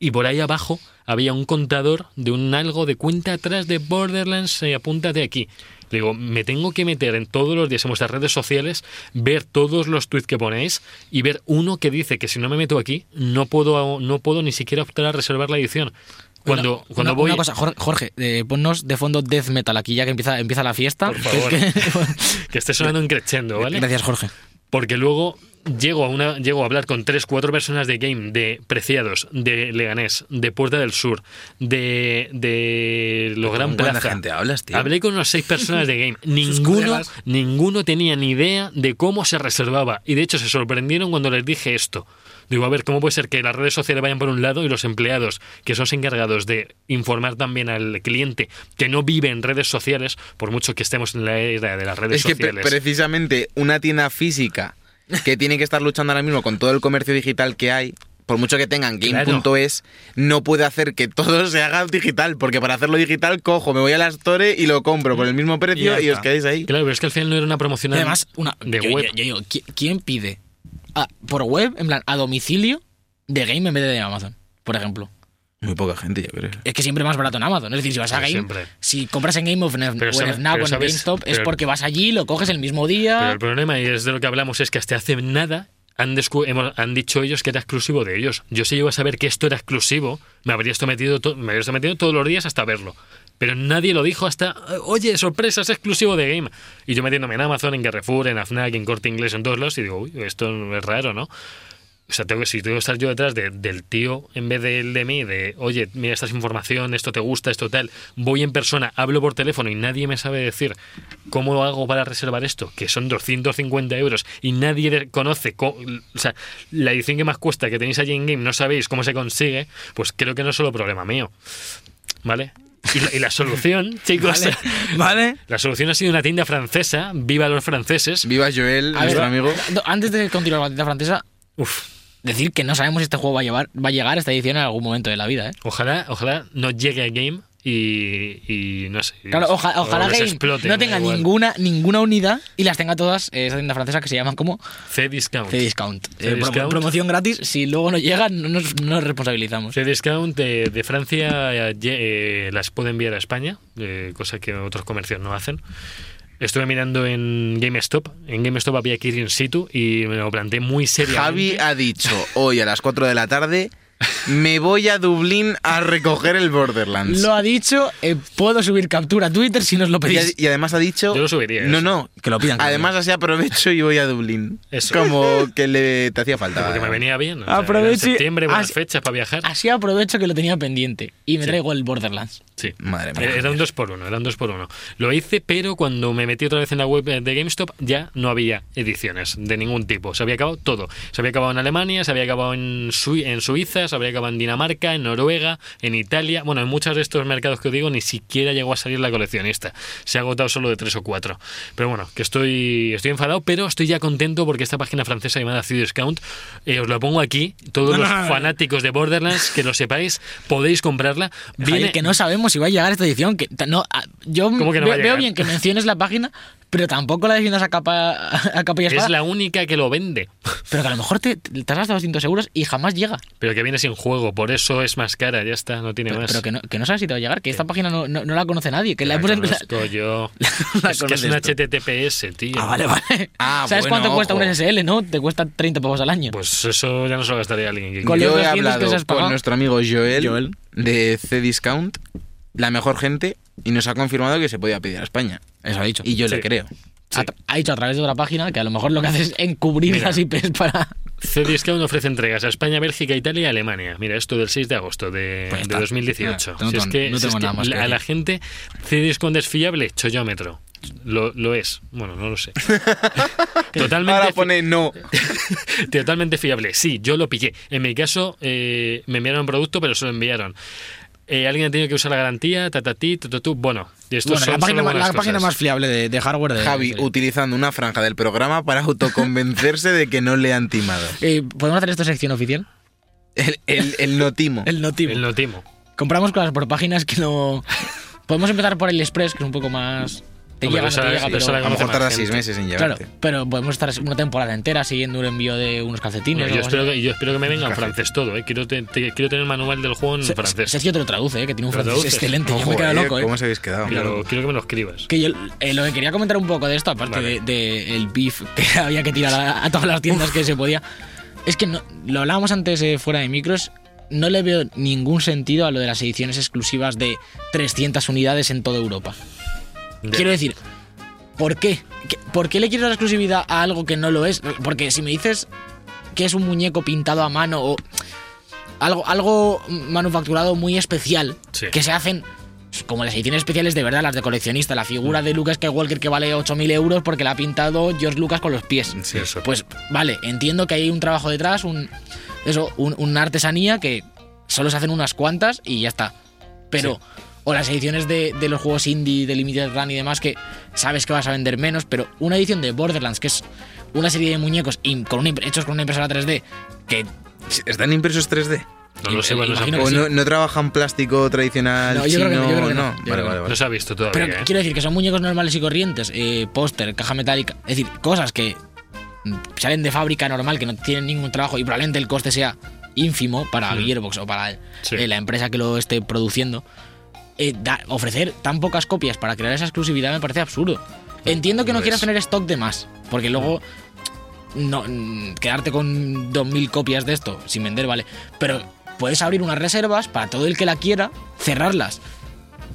Y por ahí abajo había un contador de un algo de cuenta atrás de Borderlands, eh, apúntate aquí. Le digo, me tengo que meter en todos los días en vuestras redes sociales, ver todos los tweets que ponéis y ver uno que dice que si no me meto aquí, no puedo, no puedo ni siquiera optar a reservar la edición. Cuando, Una- cuando una- voy. Una cosa, Jor- Jorge, eh, ponnos de fondo death metal aquí ya que empieza, empieza la fiesta. Por favor. Que- que- Que esté sonando en crescendo, ¿vale? Gracias, Jorge. porque luego llego a una llego a hablar con tres cuatro personas de game de preciados de leganés de puerta del sur de de lo gran ¿Cuánta plaza gente hablas, tío? hablé con unas seis personas de game ninguno colegas. ninguno tenía ni idea de cómo se reservaba y de hecho se sorprendieron cuando les dije esto Digo, a ver, ¿cómo puede ser que las redes sociales vayan por un lado y los empleados, que son los encargados de informar también al cliente que no vive en redes sociales, por mucho que estemos en la era de las redes Es que pre- sociales? precisamente una tienda física que tiene que estar luchando ahora mismo con todo el comercio digital que hay, por mucho que tengan game.es, no puede hacer que todo se haga digital, porque para hacerlo digital cojo, me voy a la Store y lo compro por el mismo precio ya y, os está. quedáis ahí. Claro, pero es que al final no era una promoción Además, una, de yo, web. yo- yo digo, ¿qui- ¿quién pide a- por web, en plan, a domicilio de Game en vez de de Amazon, por ejemplo? Muy poca gente, yo creo. Es que siempre es más barato en Amazon. Es decir, si vas a Pero Game, siempre. si compras en Game of Nef- Pero o sabe- en Fnac o pero en sabes- GameStop, es pero- porque vas allí, lo coges el mismo Pero día. el problema, y es de lo que hablamos, es que hasta hace nada han, descu- hemos- han dicho ellos que era exclusivo de ellos. Yo si llego a saber que esto era exclusivo, me habría sometido, to- me habría sometido todos los días hasta verlo. Pero nadie lo dijo hasta, oye, sorpresa, es exclusivo de Game. Y yo metiéndome en Amazon, en Carrefour, en Afnac, en Corte Inglés, en todos lados, y digo, uy, esto es raro, ¿no? O sea, tengo que, si tengo que estar yo detrás de- del tío en vez de él de mí, de, oye, mira esta es información, esto te gusta, esto tal, voy en persona, hablo por teléfono y nadie me sabe decir cómo lo hago para reservar esto, que son 250 euros y nadie de- conoce, co- o sea, la edición que más cuesta que tenéis allí en Game, no sabéis cómo se consigue, pues creo que no es solo problema mío, ¿vale? Y la, y la solución, chicos, ¿Vale? la solución ha sido una tienda francesa, viva los franceses. Viva Joel, A nuestro ver, amigo. no, antes de continuar con la tienda francesa, Uf, decir que no sabemos si este juego va a, llevar, va a llegar a esta edición en algún momento de la vida, ¿eh? Ojalá, ojalá no llegue a Game y, y no sé. Claro, oja- o ojalá les Game exploten, no da tenga igual. ninguna, ninguna unidad y las tenga todas eh, esa tienda francesa que se llaman como C-Discount. C-Discount. C discount. promoción gratis, si luego no llegan, no nos, no nos responsabilizamos. C-Discount de, de Francia eh, eh, las puede enviar a España, eh, cosa que otros comercios no hacen. Estuve mirando en GameStop. En GameStop había que ir in situ y me lo planteé muy seriamente. Javi ah, ha dicho hoy a las 4 de la tarde, me voy a Dublín a recoger el Borderlands. Lo ha dicho, eh, puedo subir captura a Twitter si nos lo y, a- pedís. y además ha dicho... Yo lo subiría, No, eso. no. Que lo pidan. que lo Además así aprovecho y voy a Dublín. Eso. Como que le te hacía falta. Porque me venía bien. o sea, Aproveche- era en septiembre, buenas As- fechas para viajar. pidan. Así aprovecho que lo tenía pendiente y me Sí. traigo el Borderlands. Sí. Madre mía. Era- Era un 2 por 1 era un 2 por 1 Lo hice, pero cuando me metí otra vez en la web eh, de GameStop ya no había ediciones de ningún tipo. Se había acabado todo. Se había acabado en Alemania, se había acabado en, Sui- en Suiza, se había acabado en Dinamarca, en Noruega, en Italia. Bueno, en muchos de estos mercados que os digo ni siquiera llegó a salir la coleccionista. Se ha agotado solo de 3 o 4. Pero bueno, que estoy, estoy enfadado, pero estoy ya contento porque esta página francesa llamada C-Discount, eh, os la pongo aquí. Todos los fanáticos de Borderlands, que lo sepáis, podéis comprarla. Javier, Viene- que no sabemos si va a llegar esta edición. Que ta- no, ah, yo ¿Cómo que no ve- va a veo llegar? bien que menciones la página, pero tampoco la defiendas a capa, a capa y espada. Es la única que lo vende, Pero que a lo mejor te, te has gastado 200 euros y jamás llega. pero que viene sin juego, por eso es más cara, ya está, no tiene Pero, más. pero que, no, que no sabes si te va a llegar, que esta página no, no- no la conoce nadie. Que la, La hemos conozco yo. la es que es conoces un tú. HTTPS, tío. Ah, vale, vale. Ah, ¿Sabes bueno, cuánto cuesta ojo. un SSL, no? Te cuesta 30 pavos al año. Pues eso ya no se lo gastaría alguien. que- Con los Yo he 200 que hablado se has pagado. con nuestro amigo Joel, Joel. de C-Discount, la mejor gente, y nos ha confirmado que se podía pedir a España. Eso ha dicho. Y yo Sí. le creo. Sí. Ha tra- ha dicho a través de otra página que a lo mejor lo que haces es encubrir Mira. las IPs para. Cdiscount ofrece entregas a España, Bélgica, Italia y Alemania. Mira, esto del 6 de agosto de, Pues ya de está. 2018. Ya, no Si es tengo- que, no si es tengo que nada más que la- a la decir. gente, Cdiscount es fiable, chollómetro. Lo, lo es. Bueno, no lo sé. Totalmente Ahora pone no. Totalmente fiable. Sí, yo lo pillé. En mi caso, eh, me enviaron un producto, pero se lo enviaron. Eh, alguien ha tenido que usar la garantía, tatatí, tututú. Bueno, y esto Bueno, la página, la página más más fiable de, de hardware de. Javi de- utilizando una franja del programa para autoconvencerse de que no le han timado. Eh, ¿Podemos hacer esta sección oficial? El, el, el no timo. El notimo. El notimo. Compramos cosas por páginas que no. Podemos empezar por el Express, que es un poco más. Te Hombre, llega, no esa- te llega, esa- pero. esa la a lo mejor más tarda gente. seis meses en Claro, llegarte. pero podemos estar una temporada entera siguiendo un envío de unos Bueno, calcetines. o yo, algo espero así. que, yo espero que me venga en francés todo. eh. Quiero, te- te- quiero tener el manual del juego en Se- francés. Sergio te lo traduce, eh, que tiene un Lo francés traduce. excelente. yo me he Joder, quedado loco, eh. ¿Cómo os habéis quedado? Pero quiero que me lo escribas. Que yo eh, lo que quería comentar un poco de esto, aparte Vale. del de, el beef que había que tirar a, a todas las tiendas que se podía, es que no, lo hablábamos antes eh, fuera de micros, no le veo ningún sentido a lo de las ediciones exclusivas de 300 unidades en toda Europa. Ya. Quiero decir, ¿por qué? ¿Qué- ¿Por qué le quieres dar exclusividad a algo que no lo es? Porque si me dices que es un muñeco pintado a mano o algo, algo manufacturado muy especial, Sí. que se hacen pues, como las ediciones especiales de verdad, las de coleccionista, la figura de Lucas Skywalker que vale 8.000 euros porque la ha pintado George Lucas con los pies. Sí, eso. Pues vale, entiendo que hay un trabajo detrás, un, eso, un- una artesanía que solo se hacen unas cuantas y ya está. Pero, o las ediciones de, de los juegos indie, de Limited Run y demás, que sabes que vas a vender menos, pero una edición de Borderlands, que es una serie de muñecos im- con una impre- hechos con una impresora 3D, que ¿Están impresos 3D? No lo sé, bueno, no, se- Imagino ¿O que no, no trabajan plástico tradicional No, yo creo que no, chino? yo creo que no, yo Vale, creo vale, no vale. se ha visto todavía. Pero que- ¿eh? quiero decir que son muñecos normales y corrientes, eh, póster, caja metálica, es decir, cosas que mm, salen de fábrica normal, que no tienen ningún trabajo y probablemente el coste sea ínfimo para Gearbox o para eh, Hmm. Sí. la empresa que lo esté produciendo. Eh, da- ofrecer tan pocas copias para crear esa exclusividad me parece absurdo. Entiendo que lo no quieras es. tener stock de más, porque luego no, mm, quedarte con 2.000 copias de esto sin vender, vale. Pero puedes abrir unas reservas para todo el que la quiera, cerrarlas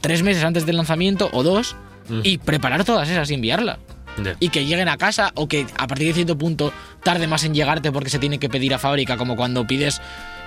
tres meses antes del lanzamiento o dos y preparar todas esas y enviarlas. Ya. Y que lleguen a casa o que a partir de cierto punto tarde más en llegarte porque se tiene que pedir a fábrica, como cuando pides,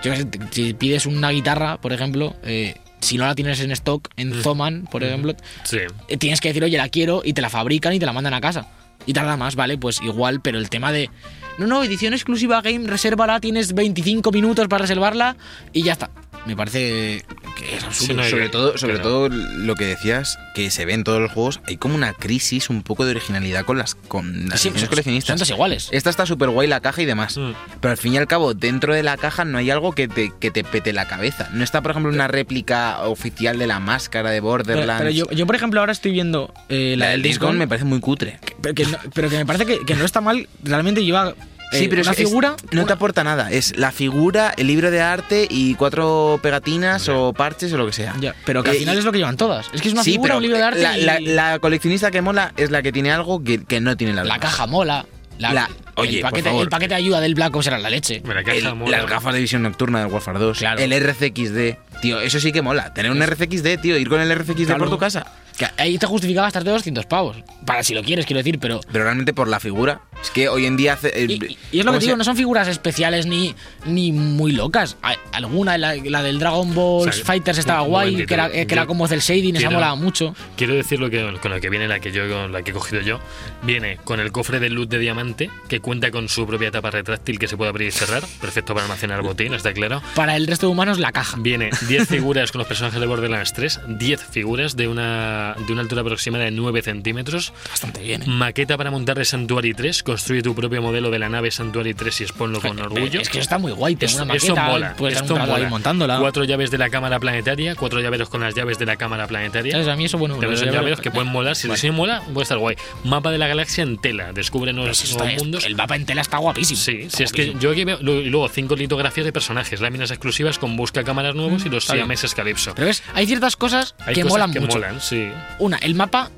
yo qué sé, t- si pides una guitarra, por ejemplo, eh, si no la tienes en stock, en Mm. Zoman, por ejemplo, Sí. eh, tienes que decir, oye, la quiero y te la fabrican y te la mandan a casa. Y tarda más, ¿vale? Pues igual, pero el tema de... No, no, edición exclusiva game, resérvala, tienes 25 minutos para reservarla y ya está. Me parece que es absurdo. Sí, no hay Sobre, que- todo, sobre que no. todo lo que decías, que se ve en todos los juegos, hay como una crisis un poco de originalidad con las, con las Sí, ediciones son- coleccionistas. Son todas iguales. Esta está súper guay la caja y demás. Mm. Pero al fin y al cabo, dentro de la caja no hay algo que te, que te pete la cabeza. No está, por ejemplo, una réplica oficial de la máscara de Pero, Borderlands. pero yo, yo, por ejemplo, ahora estoy viendo eh, la, la del del Discord. me parece muy cutre. Pero, que no- pero que me parece que, que no está mal. Realmente lleva eh, una es que es- figura. no te una- aporta nada. Es la figura, el libro de arte y cuatro pegatinas Ya. o parches o lo que sea. Ya, pero que al Eh, final y- es lo que llevan todas. Es que es una figura, pero un libro de arte. La, y- la- La, la coleccionista que mola es la que tiene algo que, que no tiene la demás. caja mola. La, La- oye, el, por paquete, favor. el paquete de ayuda del Black Ops era la leche. Mira, El- caja mola. las gafas de visión nocturna del Warfare 2. Claro. El RCXD. Tío, eso sí que mola. Tener un RCXD, tío. Ir con el RCXD por Claro. tu casa. Que ahí te justificaba gastarte 200 pavos. Para si lo quieres, quiero decir, pero. Pero realmente por la figura. Es que hoy en día... hace- el- Y, y- y es lo que ¿cómo te digo, se- no son figuras especiales ni, ni muy locas. A- Alguna, la, la del Dragon Ball O sea, Fighters estaba un guay, momentito. que era, que Yo era como del Shading, esa quiero- molaba mucho. Quiero decir lo que, con lo que viene la que yo con la que he cogido yo. Viene con el cofre de luz de diamante, que cuenta con su propia tapa retráctil que se puede abrir y cerrar. Perfecto para almacenar botín, está claro. Para el resto de humanos, la caja. Viene 10 figuras con los personajes de Borderlands 3, 10 figuras de una, de una altura aproximada de 9 centímetros, Bastante bien, ¿eh? maqueta para montar de Santuary 3, construye tu propio modelo de la nave Santuary 3 y exponlo con orgullo. Es que eso está muy guay, tengo Eso- una eso maqueta, mola, puedes dar un esto trato ahí mola. montándola. Cuatro llaves de la cámara planetaria, cuatro llaveros con las llaves de la cámara planetaria. ¿Sabes? A mí eso, bueno, También lo son de- llaveros que pueden molar. Si el diseño mola, puede estar guay. Mapa de la galaxia en tela. Descubre Pues nuevos, eso está- nuevos mundos. El mapa en tela está guapísimo. Sí, si es que Guapísimo. yo aquí veo. lo- Y luego cinco litografías de personajes, láminas exclusivas con busca cámaras nuevos y los Mm, está bien. siameses Calypso. Pero ves, hay ciertas cosas Hay que cosas molan que mucho. molan, sí. Una, el mapa.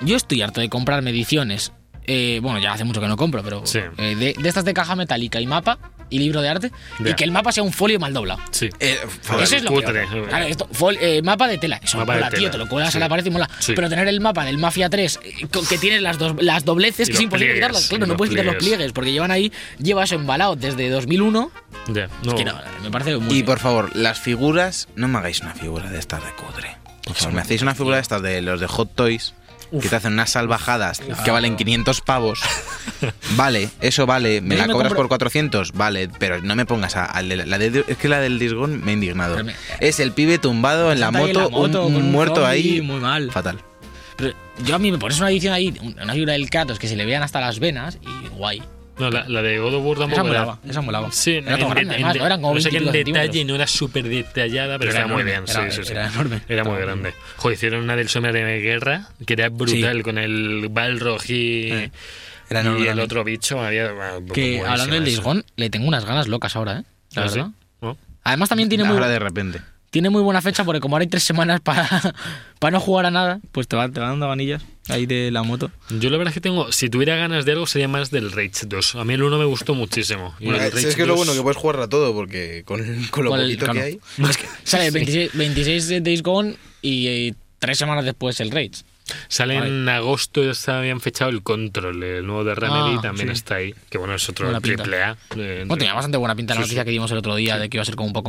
Yo estoy harto de comprarme ediciones. eh, bueno, ya hace mucho que no compro, pero. Sí. eh, de, de estas de caja metálica y mapa y libro de arte. Ya. Y que el mapa sea un folio mal doblado. Sí. Eh, Joder, Eso es lo cutre. peor. Claro, esto, fol- eh, mapa de tela. Eso Mapa de mola, tío. tela. Te lo cuelas Sí. a la pared y mola. Sí. Pero tener el mapa del Mafia 3, eh, con- que tienes las, dos, las dobleces, Y que es los imposible pliegues, quitarlas. y Claro, no los puedes quitar los pliegues. pliegues, porque llevan ahí, lleva eso embalado desde 2001. Ya, no. Que no, me parece muy. Y bien. por favor, las figuras, no me hagáis una figura de estas de cutre. Por favor, me hacéis una figura de estas de los de Hot Toys, que te hacen unas salvajadas que valen 500 pavos. vale, eso vale. ¿Me Yo la me cobras compro- por 400? Vale, pero no me pongas a, al de la- la de- Es que la del Disgón me he indignado. Pero me- Es el pibe tumbado en la Está ahí moto, en la moto, un, con un muerto zombie, ahí. muy mal. Fatal. Pero yo a mí me pones una edición ahí, un- una figura del Kratos que se le vean hasta las venas y guay. No, la, la de God of War tampoco Esa era- molaba, esa molaba. Sí, Era todo grande, además, ¿no? Eran como no sé qué en 25 detalle centímetros. no era súper detallada, pero Era era muy bien. enorme, era- sí, sí, sí. era enorme. Era muy Estaba grande. Joder, hicieron una del Sombra de Guerra que era brutal con el Balrog y, Eh. Era y enorme el también. otro bicho. Había, bueno, Que buenísima hablando del esa. Disgón, le tengo unas ganas locas ahora, ¿eh? pues La Ah, sí. verdad. ¿No? Además también tiene muy, Ahora de repente. tiene muy buena fecha porque como ahora hay tres semanas para, para no jugar a nada, pues te van te van dando vanillas ahí de la moto. Yo la verdad es que tengo, si tuviera ganas de algo sería más del Rage 2. A mí el 1 me gustó muchísimo. Y Eh, el Rage 2 puedes jugar a todo, porque con, lo Con el- poquito que claro. hay. más que- Sale el 26, 26 de Days Gone y, eh, tres semanas después el Rage. Sale en agosto, ya se habían fechado el Control, el nuevo de Remedy Ah, también sí. está ahí. Que bueno, es otro Buena pinta. triple A. eh, Bueno, tenía bastante buena pinta la Sí, noticia sí. que dimos el otro día de que iba a ser como un poco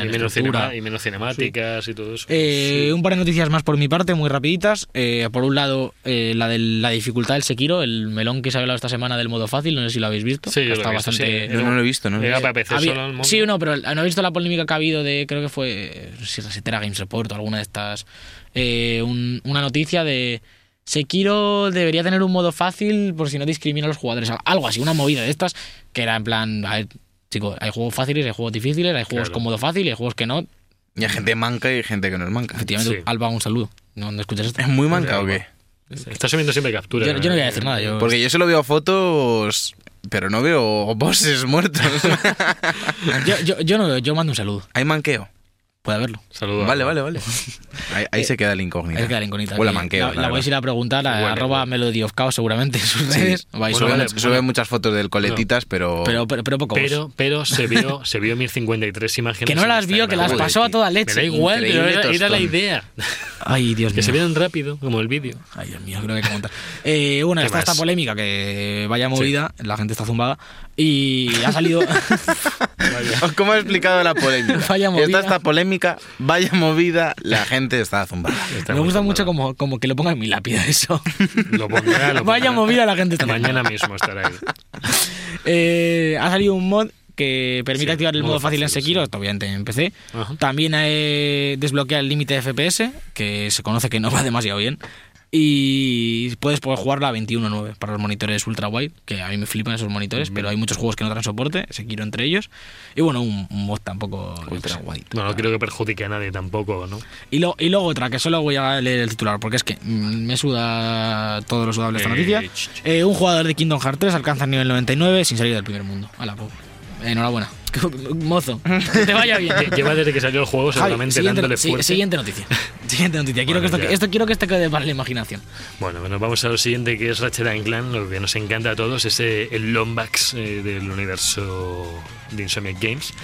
y, en menos estructura. cinema- y menos cinemáticas y todo eso. Eh, Sí. Un par de noticias más por mi parte, muy rapiditas. Eh, por un lado, eh, la de la dificultad del Sekiro, el melón que se ha hablado esta semana del modo fácil, no sé si lo habéis visto. Sí, yo que lo he está visto, sí. bastante... No, no lo he visto, ¿no? Era para PC Había- solo el móvil. sí, no, pero no he visto la polémica que ha habido de, creo que fue, no sé si Resetera Games Report o alguna de estas, eh, un- una noticia de Sekiro debería tener un modo fácil por si no discrimina a los jugadores. Algo así, una movida de estas, que era en plan, a ver, chicos, hay juegos fáciles, hay juegos difíciles, hay juegos Claro. con modo fácil, hay juegos que no. Y hay gente manca y hay gente que no es manca. Efectivamente, Sí. Alba, un saludo. No, no escuchas esto. ¿Es muy manca o qué? Está subiendo siempre Yo, captura. eh. yo no voy a decir nada. Yo, Porque yo solo veo fotos, pero no veo bosses muertos. yo, yo- yo no, yo mando un saludo. hay manqueo. Puede haberlo. Saludos. Vale, vale, vale. Ahí, ahí se queda la incógnita. Es que la incógnita. Huele a que manqueo. La, la la verdad. vais a ir a preguntar a Huele, arroba huele. Melody of Chaos seguramente en sus Sí. redes. Vais Sube, Bueno, a- vale, sube bueno. muchas fotos del coletitas, pero. pero, pero, pero poco. más. Pero, pero se vio, se vio 1053 imágenes. que no en las vio, que las Instagram. Joder, pasó a tío. toda Me leche. da igual, pero increíble era, era la tostón. idea. Ay, Dios Que se mío. vieran rápido, como el vídeo. Ay, Dios mío, creo que hay que contar. Eh, bueno, ¿Qué está más? esta polémica que vaya movida, la gente está zumbada y ha salido. Oh, ¿Cómo he explicado la polémica? Vaya movida. Está esta polémica, vaya movida, la gente está zumbada. Está Me muy gusta mucho tumbado. como, como que lo ponga en mi lápida eso. Lo pondrá, lo Vaya pondrá. movida la gente esta mañana. Mañana mismo estará ahí. Eh, ha salido un mod que permite Sí, activar el modo modo fácil, en fácil, Sekiro, sí. esto obviamente en PC. Ajá. También eh, desbloquea el límite de FPS, que se conoce que no va demasiado bien. Y puedes poder jugarla a 21.9 para los monitores ultra wide, que a mí me flipan esos monitores, pero hay muchos juegos que no traen soporte, Sekiro entre ellos. Y bueno, un, un mod tampoco ultra wide. No, no creo que perjudique a nadie tampoco, ¿no? Y, lo- y luego otra, que solo voy a leer el titular, porque es que mm, me suda todo lo sudable esta Eh, noticia. ch, ch. Eh, un jugador de Kingdom Hearts 3 alcanza el nivel 99 sin salir del primer mundo. A la pobre. Enhorabuena. Mozo, que te vaya bien. Lle- Lleva desde que salió el juego Javi, seguramente siguiente, dándole sí, fuerte. siguiente noticia. Siguiente noticia. Quiero Bueno, que esto, ya. esto quiero que esto quede para la imaginación. Bueno, nos vamos a lo siguiente que es Ratchet and Clank, lo que nos encanta a todos, es eh, el Lombax eh, del universo de Insomniac Games.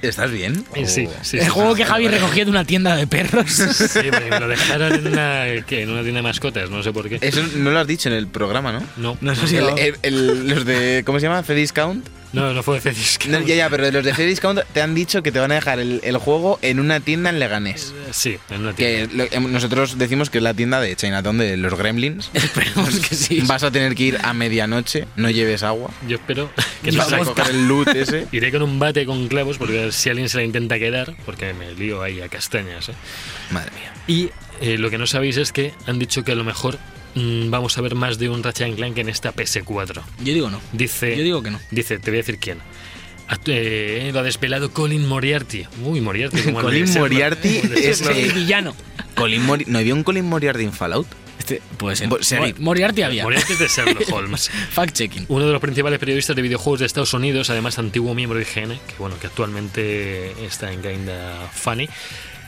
¿Estás bien? Eh, Sí, O- sí, el sí, juego sí. que Javi recogió de una tienda de perros. Sí, porque Eh, me lo dejaron en una, ¿qué? en una tienda de mascotas, no sé por qué. Oh. Eso no lo has dicho en el programa, ¿no? No, No no, eh, sé si El- el- el- los de. ¿Cómo se llama? ¿Fediscount? no, fue de disco. No, ya, ya, pero los de Fediscount te han dicho que te van a dejar el, el juego en una tienda en Leganés. Sí, en una tienda. Que lo- em, nosotros decimos que es la tienda de Chinatown de los Gremlins. Esperemos que sí. Vas a tener que ir a medianoche, no lleves agua. Yo espero que Que no vas a sea coger el loot ese. Iré con un bate con clavos porque si alguien se la intenta quedar, porque me lío ahí a castañas. ¿eh? Madre mía. Y eh, lo que no sabéis es que han dicho que a lo mejor mm, vamos a ver más de un Ratchet and Clank en esta PS4. Yo digo no. Dice, Yo digo que no. dice, te voy a decir quién. Act- eh, lo ha despelado Colin Moriarty. Uy, Moriarty. como el de Colin Sherman. Moriarty Como el de es, Sherman. eh, El villano. Colin Mori- ¿No había un Colin Moriarty en Fallout? Este, puede ser. Bo- Serif. Mor- Moriarty había. Moriarty es de Sherlock Holmes. Fact checking. Uno de los principales periodistas de videojuegos de Estados Unidos, además antiguo miembro de IGN, que bueno, que actualmente está en Kinda Funny,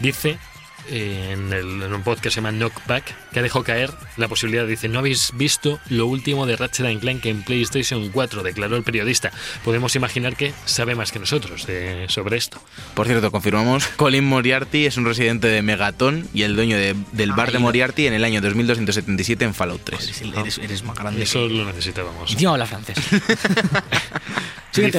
dice eh, en, el- en un podcast que se llama Knockback que ha dejado caer la posibilidad, dice, no habéis visto lo último de Ratchet and Clank en PlayStation 4, declaró el periodista. Podemos imaginar que sabe más que nosotros de- sobre esto. Por cierto, confirmamos, Colin Moriarty es un residente de Megaton y el dueño de- del bar de Ay, no. Moriarty en el año 2277 en Fallout 3. Eres, el- eres- eres más grande. pues, Eso lo Pues necesitábamos. Encima habla francés. Siguiente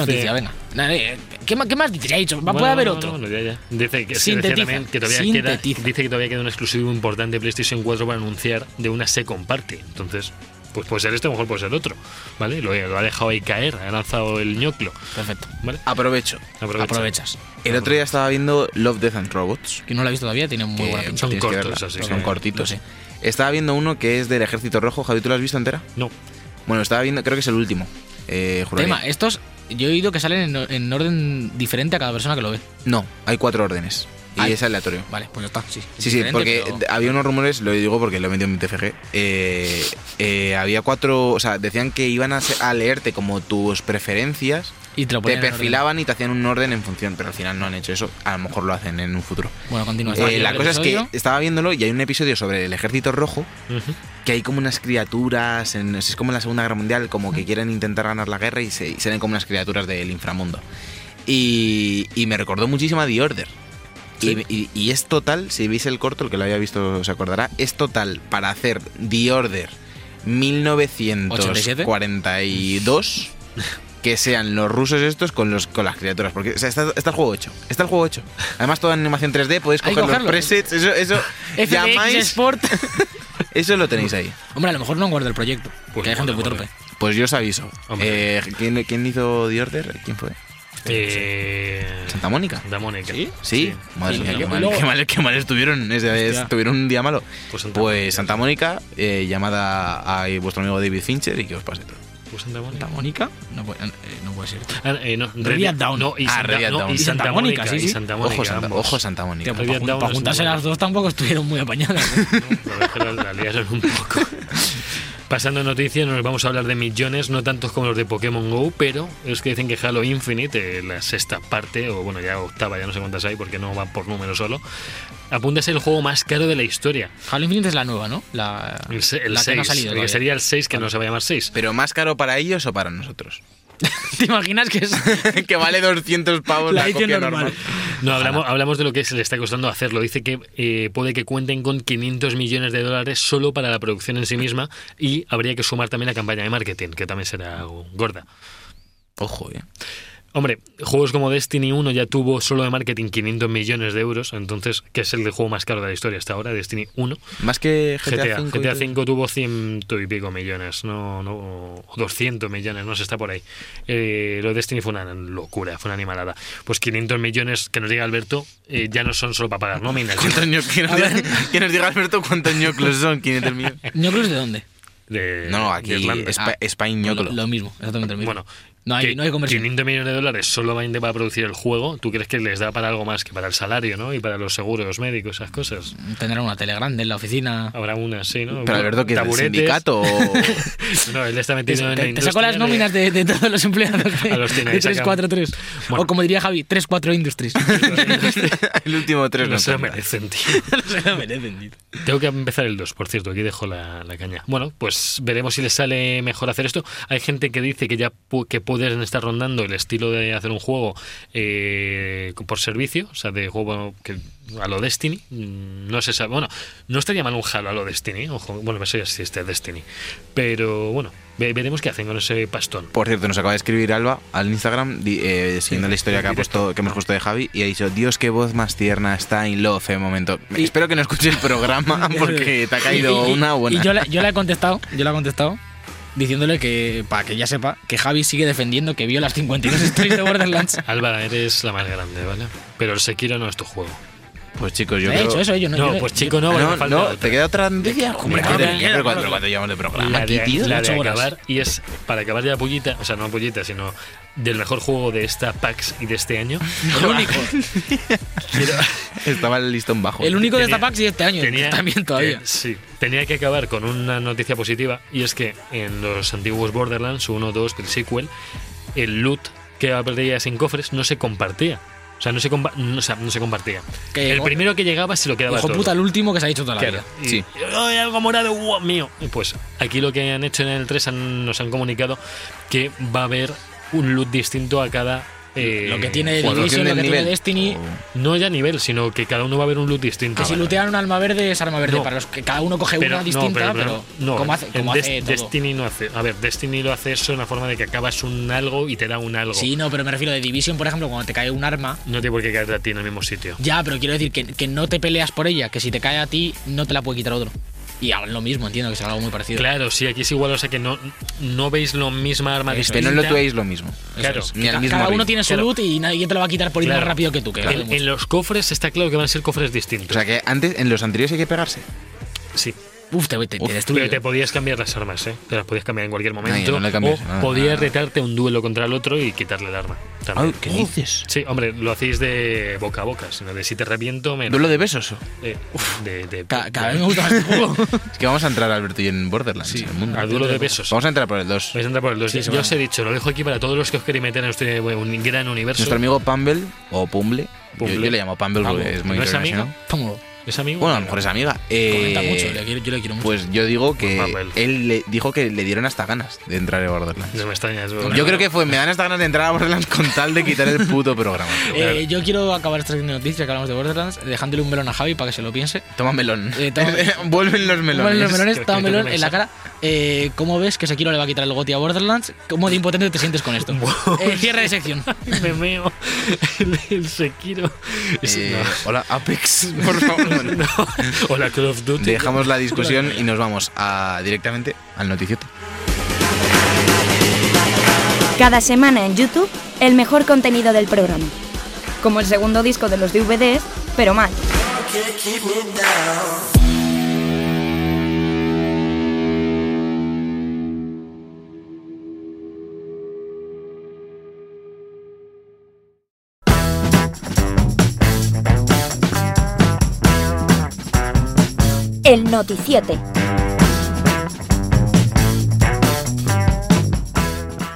Dice- noticia, venga. Na- eh, ¿Qué, ma- qué más dices? Ya he dicho, va, Bueno, puede haber no, otro. no, no, ya, ya. Dice que, se Sintetiza, decía también que todavía queda, sintetiza. dice que todavía queda un exclusivo importante de PlayStation 4 para anunciar de una second party. Entonces, pues puede ser este, a lo mejor puede ser otro. ¿Vale? Lo, lo ha dejado ahí caer, ha lanzado el ñoclo. Perfecto. ¿Vale? Aprovecho. Aprovecha. Aprovechas. El otro día estaba viendo Love, Death and Robots. Que no lo ha visto todavía, tiene muy que buena pinta. Son tienes que cortos, verla. así Son que- cortitos. lo sé. Estaba viendo uno que es del Ejército Rojo. Javi, ¿tú lo has visto entera? No, Bueno, estaba viendo, creo que es el último. Eh, juraría. Tema, estos yo he oído que salen en, en orden diferente a cada persona que lo ve. No, hay cuatro órdenes. Y Ay. es aleatorio. Vale, pues ya está. Sí, Sí, sí, Diferente, porque pero- d- había unos rumores, lo digo porque lo he metido en mi TFG. eh, eh, había cuatro, o sea, decían que iban a, se- a leerte como tus preferencias, Y te lo te ponen en orden. perfilaban y te hacían un orden en función, pero al final no han hecho eso. A lo mejor lo hacen en un futuro. Bueno, continúa. Eh, Está bien la el cosa es que episodio. estaba viéndolo y hay un episodio sobre el Ejército Rojo Ujú. que hay como unas criaturas, en- es como en la Segunda Guerra Mundial, como que quieren intentar ganar la guerra y se, y se ven como unas criaturas del inframundo. Y, y me recordó muchísimo a The Order. Sí. Y, y- y es total, si veis el corto, el que lo haya visto se acordará, es total para hacer The Order 1942 que sean los rusos estos con, los, con las criaturas. Porque o sea, está, está el juego hecho. Está el juego hecho. Además, toda animación 3D, podéis Hay que coger los cogerlo. ¿eh? presets, eso, eso, FX llamáis, Sport. eso lo tenéis ahí. Hombre, a lo mejor no han guardado el proyecto. Pues que hay gente mola, muy mola. torpe. Pues yo os aviso. Hombre. Eh, ¿quién, quién hizo The Order? ¿Quién fue? Eh, ¿Santa Mónica? Santa Mónica. ¿Sí? Sí, madre Sí, mía, y qué luego- mal, qué mal, qué mal estuvieron. ese- Hostia. estuvieron un día malo. Pues Pues Santa Santa, Mónica. Mónica, eh, llamada a vuestro amigo David Fincher y que os pase todo. Pues Santa Mónica. ¿La Mónica? No puede, eh, no puede ser. Ah, eh, no, Red Dead Down. No, y Ah, Santa, Red Dead no, Down. y Santa Mónica. sí, Y sí. Santa Mónica. Ojo Santa, ambos. ojo Santa Mónica. Tío, pues Red para, Dead jun- Down para es juntarse muy las dos tampoco estuvieron muy apañadas. ¿eh? La verdad es que la- la liaron un poco. Pasando a noticias, nos vamos a hablar de millones, no tantos como los de Pokémon Go, pero es que dicen que Halo Infinite, eh, la sexta parte, o bueno, ya octava, ya no sé cuántas hay porque no van por número solo, apunta a ser el juego más caro de la historia. Halo Infinite es la nueva, ¿no? La, El, se- el la que no ha 6, salido el que todavía. sería el 6, que no se va a llamar 6. Pero más caro para ellos o para nosotros. ¿Te imaginas que es que vale 200 pavos la, la edición copia normal? normal. No, hablamos, hablamos de lo que se le está costando hacerlo. Dice que eh, puede que cuenten con 500 millones de dólares solo para la producción en sí misma y habría que sumar también la campaña de marketing, que también será gorda. Ojo, eh. Hombre, juegos como Destiny 1 ya tuvo solo de marketing 500 millones de euros, entonces, que es el de juego más caro de la historia hasta ahora, Destiny 1. Más que GTA, GTA, V. GTA V tuvo ciento y pico millones, no, no, o 200 millones, no se está por ahí. Eh, lo de Destiny fue una locura, fue una animalada. Pues 500 millones que nos diga Alberto eh, ya no son solo para pagar nóminas. ¿Cuántos ñoclos? Que nos diga- que nos diga Alberto cuántos ñoclos son, 500 millones. ¿Ñoclos de dónde? de- No, de aquí Irlanda. Ah. Spa- Spain Lo, ñoclo. lo mismo, exactamente lo mismo. Bueno, no hay, que no hay conversión. 500 millones de dólares solo va a producir el juego. ¿Tú crees que les da para algo más que para el salario, no? Y para los seguros médicos, esas cosas. Tendrán una tele grande en la oficina. Habrá una, sí, ¿no? Pero Alberto, que es del Taburetes. sindicato o- No, él está Te, metido en la te- te industria saco las de- nóminas de, de todos los empleados de, A los tiene ahí, de 343. Bueno. O como diría Javi, 34 Industries. el último tres No se lo cuenta. merecen, tío. Se lo merecen, tío. Tengo que empezar el 2, por cierto, aquí dejo la, la caña. Bueno, pues veremos si les sale mejor hacer esto. Hay gente que dice que ya pu- que pueden estar rondando el estilo de hacer un juego eh, por servicio, o sea, de juego que a lo Destiny. Mm, No se sabe. Bueno, no estaría mal un Halo a lo Destiny. Ojo, bueno, no sé si este Destiny. Pero bueno, ve- veremos qué hacen con ese pastón. Por cierto, nos acaba de escribir Alba al Instagram di- eh, siguiendo la historia que, ha puesto, que hemos puesto de Javi y ha dicho, Dios, qué voz más tierna está en Love, eh, momento. Espero que no escuche el programa Ah, porque te ha caído Y- y- una buena. Y yo, la- yo le he contestado, yo le he contestado diciéndole que, para que ya sepa, que Javi sigue defendiendo que vio las 52 stories de Borderlands. Alba, eres la más grande, ¿vale? Pero el Sekiro no es tu juego. Pues chicos, yo he creo... hecho eso, yo no. yo No, le- pues chico, no, Ah, porque no, me falta no, otra. ¿te queda otra noticia? Hombre, queda, madre me mía, queda, pero claro. cuánto, cuánto llevamos de programa la aquí, de, tío. la ocho de horas. acabar y es para acabar ya Pullita, o sea, no Pullita, sino del mejor juego de esta PAX y de este año. el único, Estaba el listón bajo. el único de Tenía- esta Pax y este año. también todavía. eh, sí, tenía que acabar con una noticia positiva y es que en los antiguos Borderlands 1, 2, el sequel, el loot que aparecía sin cofres no se compartía. O sea, no se, compa- no, o sea, no se compartía. Que el go- primero que llegaba se lo quedaba Hijo todo. puta, el último que se ha dicho toda la Claro. vida. Y, Sí. "Ay, algo morado, guau, mío. Y Pues aquí lo que han hecho en el 3 han- nos han comunicado que va a haber un loot distinto a cada. eh, Lo que tiene jugador. Division, lo del que tiene nivel. Destiny, No ya nivel, sino que cada uno va a haber un loot distinto. que si lootean un alma verde es arma verde No. para los que cada uno coge una no, distinta, pero, no, eh, como hace, en como hace Des- todo. Destiny no hace. A ver, Destiny lo hace eso en la forma de que acabas un algo y te da un algo. Sí, no, pero me refiero de Division, por ejemplo, cuando te cae un arma, No tiene por qué quedarte a ti en el mismo sitio. Ya, pero quiero decir que, que no te peleas por ella, que si te cae a ti, no te la puede quitar otro. Y hagan lo mismo, entiendo que será algo muy parecido. Claro, sí, aquí es igual, o sea que no, no veis lo misma arma Eso es. Que distinta. no lo tuéis lo mismo. Eso claro. es. Ni Que al ca- mismo cada uno ritmo. tiene su Claro. loot y nadie te lo va a quitar por ir Claro. más rápido que tú. Que vale En, mucho. en los cofres está claro que van a ser cofres O distintos. sea que antes, en los anteriores hay que pegarse. sí. Uf, te, te, te Uf, destruye. Pero te podías cambiar las armas, ¿eh? Te las podías cambiar en cualquier momento. no le cambias o nada. podías retarte un duelo contra el otro y quitarle el arma. También. Ay, ¿Qué dices? Sí, hombre, lo hacéis de boca a boca, sino de si te reviento, me. Duelo de besos. eh, de, de- Ca- Cada, vez me gusta más el juego. Es que vamos a entrar, Alberto, y en Borderlands. el mundo. a duelo de besos. Vamos a entrar por el 2. Vais a entrar por el dos. Yo os he dicho, lo dejo aquí para todos los que os queréis meter en este un gran universo. Nuestro amigo Pumble, o Pumble, yo- Pumble. Yo, le llamo Pumble porque Pumble. es muy ¿No es amigo? internacional. Pongo. ¿Es amigo? Bueno, a lo mejor es amiga. Eh, Comenta mucho, le quiero- yo le quiero mucho. Pues yo digo que Buen papel. él le dijo que le dieron hasta ganas de entrar a Borderlands. No me extraña. es Yo verdad. creo que fue, me dan hasta ganas de entrar a Borderlands con tal de quitar el puto programa. Eh, yo quiero acabar esta sección de noticias que hablamos de Borderlands, dejándole un melón a Javi para que se lo piense. Toma melón. Eh, toma- Vuelven los melones. Bueno, los melones, Que- toma que- melón que- en la cara. Eh, ¿Cómo ves que Sekiro le va a quitar el goti a Borderlands? ¿Cómo de impotente te sientes con esto? Eh, cierre de sección. Me meo. El, el Sekiro. Ese- Eh, no. Hola, Apex, por favor. o la Call of Duty. Dejamos la discusión y nos vamos a, directamente al noticiote. Cada semana en YouTube, el mejor contenido del programa. Como el segundo disco de los DVDs, pero mal. El Noticiote.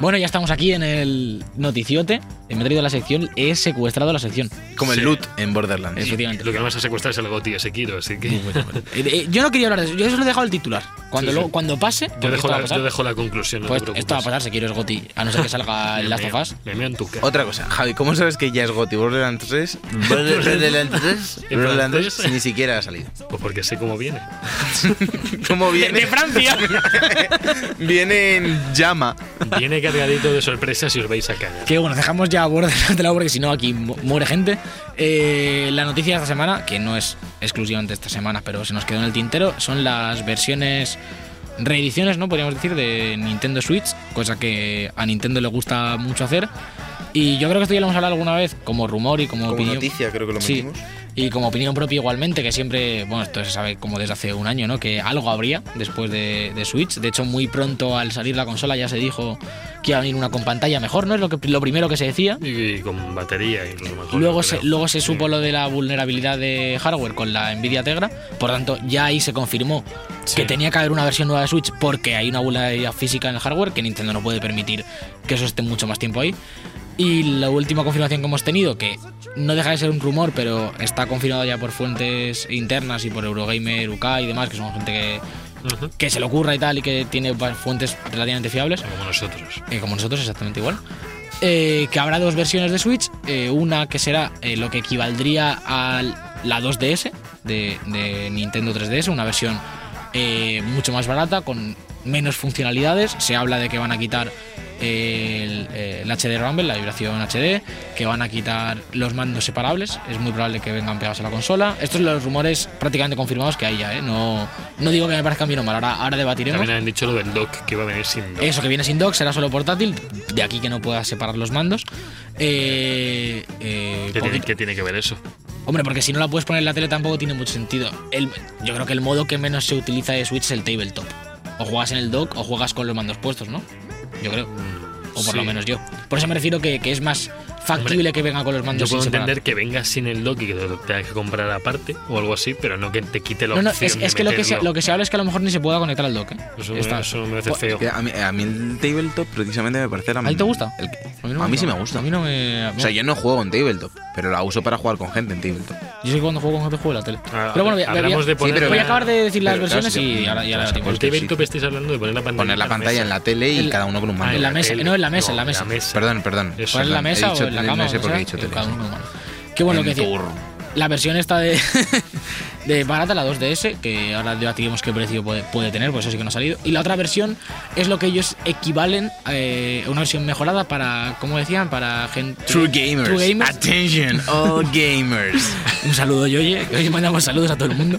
Bueno, ya estamos aquí en el noticiote. Me he traído la sección, he secuestrado la sección. Como Sí. el loot en Borderlands. Eso. efectivamente. Lo que no vas a secuestrar es el Goti de Sekiro, así que. Eh, eh, yo no quería hablar de eso, yo solo he dejado el titular. Cuando, Sí, luego- sí. cuando pase, Yo porque dejo, esto va a la, pasar. yo dejo la conclusión, no Pues te preocupes. esto va a pasar si quieres Goti, a no ser que salga Me el Last of meo, Us. Me meo en tu cara. Otra cosa, Javi, ¿cómo sabes que ya es Gotti Borderlands 3? Borderlands 3. Borderlands 3 si ni siquiera ha salido. Pues porque sé cómo viene. ¿Cómo De, viene? de Francia. Viene en llama. Viene cargadito de sorpresas y os vais a callar. que bueno, dejamos ya a Borderlands de lado porque si no aquí mu- muere gente. Eh, la noticia de esta semana, que no es exclusivamente esta semana, pero se nos quedó en el tintero, son las versiones reediciones, ¿no? Podríamos decir, de Nintendo Switch, cosa que a Nintendo le gusta mucho hacer. Y yo creo que esto ya lo hemos hablado alguna vez, como rumor y como, Como opinión. noticia, creo que lo Sí, metimos. y como opinión propia igualmente, que siempre, bueno, esto se sabe como desde hace un año, ¿no? Que algo habría después de, de Switch. De hecho, muy pronto al salir la consola ya se dijo que iba a venir una con pantalla mejor, ¿no? Es lo, que, lo primero que se decía. Y, y con batería, incluso mejor. Luego yo se, creo. luego se Sí. supo lo de la vulnerabilidad de hardware con la Nvidia Tegra, por tanto ya ahí se confirmó que Sí. tenía que haber una versión nueva de Switch porque hay una vulnerabilidad física en el hardware que Nintendo no puede permitir que eso esté mucho más tiempo ahí. Y la última confirmación que hemos tenido, que no deja de ser un rumor, pero está confirmado ya por fuentes internas y por Eurogamer, UK y demás, que son gente que, Ujú. que se le ocurra y tal y que tiene fuentes relativamente fiables. Como nosotros. Eh, como nosotros, exactamente igual. Eh, que habrá dos versiones de Switch. eh, una que será eh, lo que equivaldría a la 2DS de, de Nintendo 3DS, una versión eh, mucho más barata, con menos funcionalidades. Se habla de que van a quitar eh, el, eh, el HD Rumble, la vibración HD, que van a quitar los mandos separables. Es muy probable que vengan pegados a la consola. Estos son los rumores prácticamente confirmados que hay ya. ¿eh? No, no digo que me parezca bien o mal, ahora, ahora debatiremos. También han dicho lo del dock que iba a venir sin dock. Eso que viene sin dock será solo portátil, de aquí que no puedas separar los mandos. Eh, eh, ¿Qué, tiene, poquito- qué tiene que ver eso? Hombre, porque si no la puedes poner en la tele tampoco tiene mucho sentido. El- yo creo que el modo que menos se utiliza de Switch es el tabletop. O juegas en el dock o juegas con los mandos puestos, ¿no? Yo creo. O por Sí. lo menos yo. Por eso me refiero que, que es más factible Hombre, que venga con los Yo mandos puedo sin separar. entender que vengas sin el dock y que te lo tengas que comprar aparte o algo así, pero no que te quite la No, no, opción es, de es que, lo que, se, meterlo. lo que se habla es que a lo mejor ni se pueda conectar al dock. ¿eh? Eso, me- Está- eso me hace Pues- feo. Que A mí, a mí el tabletop precisamente me parece la ¿A ti te gusta? el- mí no a mí sí me gusta. A mí no me. O sea, yo no juego en tabletop, pero la uso para jugar con gente en tabletop. Yo sé que cuando juego con gente juego en la tele. Ah, pero bueno, voy a- voy a- hablamos de poner pero voy a ya- acabar de decir las pero claro, versiones sí, y Pues, ahora ya claro, la sí, dimos. ¿Por porque qué evento pues sí. estáis hablando de poner la pantalla? Poner la pantalla en la tele y En- cada uno con un mando. Ah, en la mesa, tele. no, en la mesa, en la No, mesa. mesa. Perdón, perdón. Eso. ¿Poner en pues, la Perdón, he mesa dicho o en la tele, cama? No sé o por qué he donde dicho sea, tele. cada uno, bueno. Qué bueno En que decía. turno. La versión esta de, de barata, la 2DS, que ahora debatiremos qué precio puede, puede tener, pues eso sí que no ha salido. Y la otra versión es lo que ellos equivalen eh, a una versión mejorada para, como decían, para gente. True gamers. Ah, True gamers. Attention, all gamers. Un saludo, Yoye. que Hoy mandamos saludos a todo el mundo.